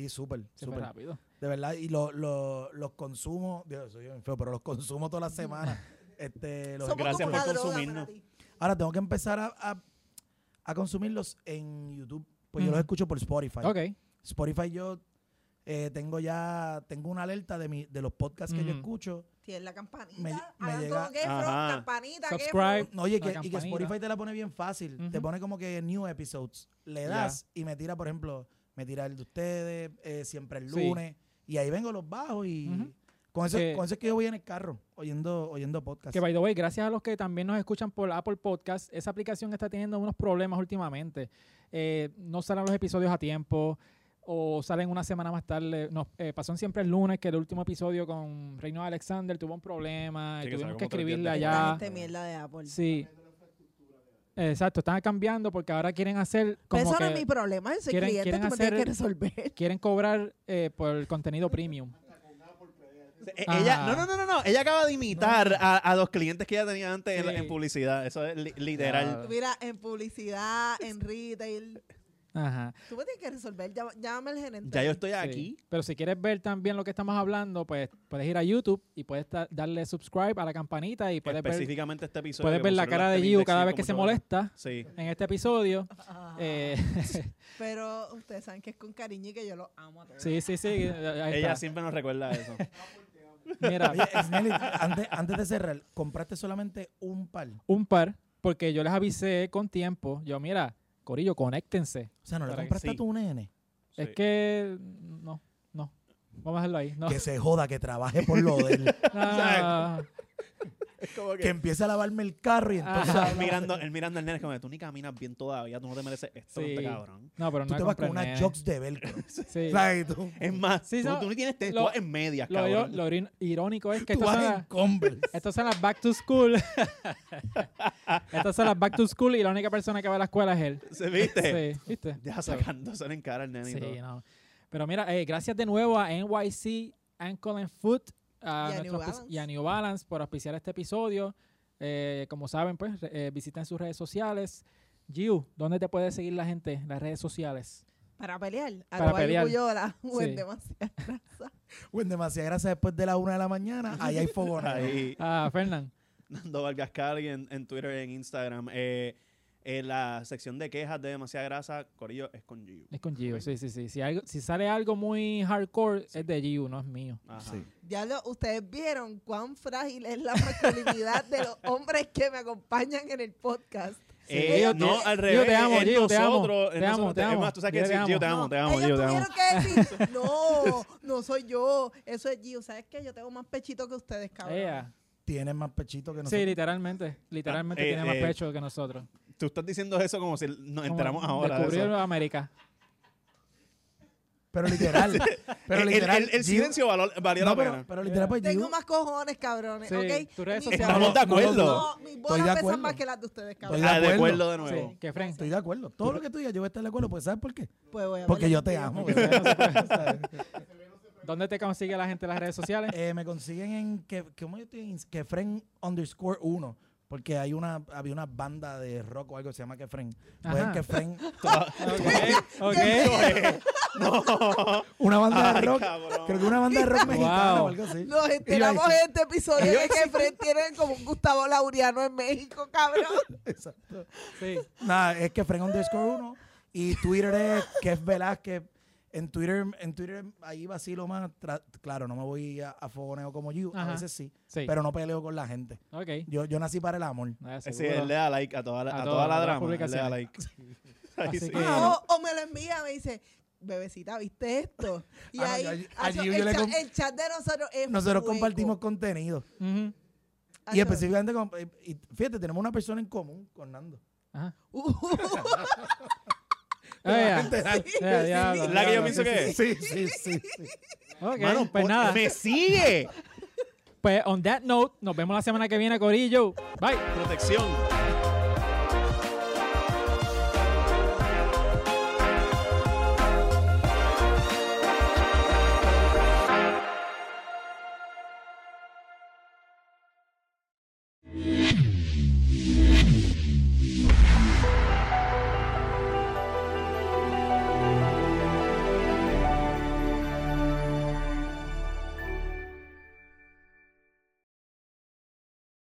súper,
se fue
súper.
rápido.
De verdad, y lo- lo- los consumo, Dios, soy bien feo, pero los consumo todas las semanas. este, los
Somos
gracias
como
por
una droga
consumirnos.
para ti.
Ahora tengo que empezar a, a- a consumirlos en YouTube. Pues yo los
Ujú.
escucho por Spotify.
Ok.
Spotify yo eh, tengo ya, tengo una alerta de, mi, de los podcasts que yo
Ujú.
escucho.
Tienes la campanita.
Me- me
hagan
llega-
como Kefron,
Ajá.
campanita,
Subscribe.
No, oye,
La
que, y que
campanita.
Spotify te la pone bien fácil. Te
Ujú.
pone como que new episodes. Le
Ya.
das y me tira, por ejemplo, me tira el de ustedes, eh, siempre el
Sí.
lunes. Y ahí vengo los bajos y
Ujú.
con, eso,
Que-
con eso es que yo voy en el carro oyendo, oyendo podcast.
Que by the way, gracias a los que también nos escuchan por Apple Podcast, esa aplicación está teniendo unos problemas últimamente. Eh, no salen los episodios a tiempo o salen una semana más tarde. Nos eh, pasó en siempre el lunes que el último episodio con Reino Alexander tuvo un problema
Sí,
y
que
tuvimos
salió
que
como tres días
escribirle
después.
allá.
Esta gente este mierda de Apple.
Sí. Exacto, están cambiando porque ahora quieren hacer
Pero
como
eso no es mi
que
problema. Ese
quieren-
cliente
quieren
tú me tienes
hacer-
que resolver.
quieren cobrar eh, por el contenido premium.
Eh,
Ajá.
Ella, no, no, no, no, no. Ella acaba de imitar a, a los clientes que ella tenía antes en, la-
Sí.
en publicidad. Eso es li- literal.
Claro.
Mira, en publicidad, en retail.
Ajá.
Tú me tienes que resolver. Llama- Llámame al gerente.
Ya yo estoy
Sí.
aquí.
Pero si quieres ver también lo que estamos hablando, pues puedes ir a YouTube y puedes da- darle subscribe a la campanita y puedes ver,
específicamente este episodio.
puedes
que
ver la
pusieron
cara
las
de
tres
Giu cada
indexes
vez que
con
se
mucho-
molesta
Sí.
en este episodio.
Ah,
Eh,
Pero ustedes saben que es con cariño y que yo lo amo a todos.
sí, sí, sí. ahí
Ella
está.
siempre nos recuerda eso.
Mira,
Oye, Snelly, antes, antes de cerrar, compraste solamente un par. O
un par, porque yo les avisé con tiempo. Yo, mira, Corillo, conéctense.
sea, no le
Para que
compraste
sí.
a tu nene.
Es
Sí.
que no, no. Vamos a dejarlo ahí. No,
Que se joda, que trabaje por lo de él.
no, no.
Es como
que
que.
empiece a lavarme el carro y
Ah,
entonces.
Él mirando, él mirando al nene, es como tú ni caminas bien todavía, tú no te mereces esto,
Sí.
este cabrón.
No, pero
Tú
no
te vas
compré
con
el
unas
nene.
jocks de velcro.
Sí.
¿Sabes? Y tú-
Es más,
Sí,
tú,
no,
tú ni tienes tenis,
lo-
tú vas en medias,
Lo, yo-
cabrón.
lo irin- irónico es que
tú
estas son,
vas en
las,
Converse.
estas son las back to school. estas son las back to school y la única persona que va a la escuela es él.
¿Se viste?
Sí, ¿viste?
Ya sacándoselo en cara al nene y todo.
Sí, no. Pero mira, eh, gracias de nuevo a NYC Ankle and Foot a
Y a
nuestro
New
auspici-
Balance.
y a New Balance por auspiciar este episodio. Eh, como saben, pues re- eh, visiten sus redes sociales. Giu, ¿dónde te puede seguir la gente? en Las redes sociales.
Para pelear.
Para
arroba
pelear.
Yucuyola, o en
Sí.
demasiada raza.
Bueno, demasiadas gracias después de la una de la mañana. Ahí hay fogona.
Ahí,
Ah, Fernán.
Nando Vargas Cali en, en Twitter, en Instagram. Eh, eh, la sección de quejas de demasiada grasa, Corillo, es con Giu.
Es con Giu, sí, sí, sí. Si, algo- si sale algo muy hardcore, es de Giu, no es mío.
Ajá.
Sí.
Ya lo, ustedes vieron cuán frágil es la masculinidad de los hombres que me acompañan en el podcast.
Eh,
Ellos
no,
te-
al
Giu,
revés.
te amo,
es
Giu, te amo,
nosotros, es
te amo,
nosotros.
te
Es
amo.
más, tú sabes que
Yo te
sí, Giu, te
No,
amo, te amo,
ellos
Giu, te amo.
tuvieron que decir, no, no soy yo, eso es Gio. ¿Sabes qué? Yo tengo más pechito que ustedes, cabrón.
Ella.
Tienes más pechito que
Sí,
nosotros.
literalmente. Literalmente
eh,
tiene más
eh,
pecho que nosotros.
Tú estás diciendo eso como si nos
Como
enteramos ahora. de eso.
Descubrieron América.
pero literal. pero
El- el-
literal.
el, el
Gio-
silencio valor- valió
No,
la
pero,
pena.
pero literal, pues
Tengo
Gio-
más cojones, cabrones,
Sí,
¿ok?
tus redes
Mis
sociales.
bolas-
Estamos de acuerdo.
No, mis
Estoy de
bolas
acuerdo.
pesan más que las de ustedes,
Estoy
cabrón.
de
Ah, de
acuerdo.
acuerdo de nuevo.
Sí, que Fren.
Estoy de acuerdo. Todo lo que tú digas, yo voy a estar de acuerdo. Pues, ¿sabes por qué?
Pues voy a
Porque
pelear
yo te
contigo.
amo.
Porque no se puede, ¿sabes? ¿Dónde te consigue la gente en las redes sociales?
Eh, me consiguen en que, ¿cómo yo estoy en Ins- Kefren underscore uno. Porque hay una, había una banda de rock o algo que se llama Kefren. Pueden
Ajá.
Kefren.
Ok, ok.
Una banda de
Ay,
rock.
cabrón.
Creo que una banda de rock mexicana o
Wow.
algo así.
Nos enteramos en este episodio de que Fred tiene como un Gustavo Laureano en México, cabrón.
Exacto.
Sí.
Nada, es que Fren underscore uno. Y Twitter es Kef Velázquez. En Twitter, en Twitter ahí vacilo más. Tra- Claro, no me voy a, a fogoneo como you. A
Ajá.
veces sí.
Sí.
Pero no peleo con la gente.
ok.
Yo, yo nací para el amor.
Ah,
Sí,
seguro.
él le da like a toda la,
A
a
todas
toda la
las
drama. Él le da
publicaciones.
like. Ahí
Así
sí.
que-
Ah, o, o me lo envía, me dice, bebecita, ¿viste esto? Y
Ah, no,
ahí,
yo allí-
hacho,
allí yo
el,
le
chat,
com-
el chat de nosotros es Ah,
Nosotros
fuego.
compartimos contenido.
Ujú.
Hacho,
Y específicamente, con, y- y fíjate, tenemos una persona en común con Nando.
Ajá.
Uh,
vas a
Ah, ya.
enterar.
Ya, diablo,
La que yo
diablo.
pienso que es.
Sí, sí, sí. sí.
Ok,
Mano,
pues
po-
nada.
me sigue.
Pues on that note, nos vemos la semana que viene, Corillo. Bye.
Protección.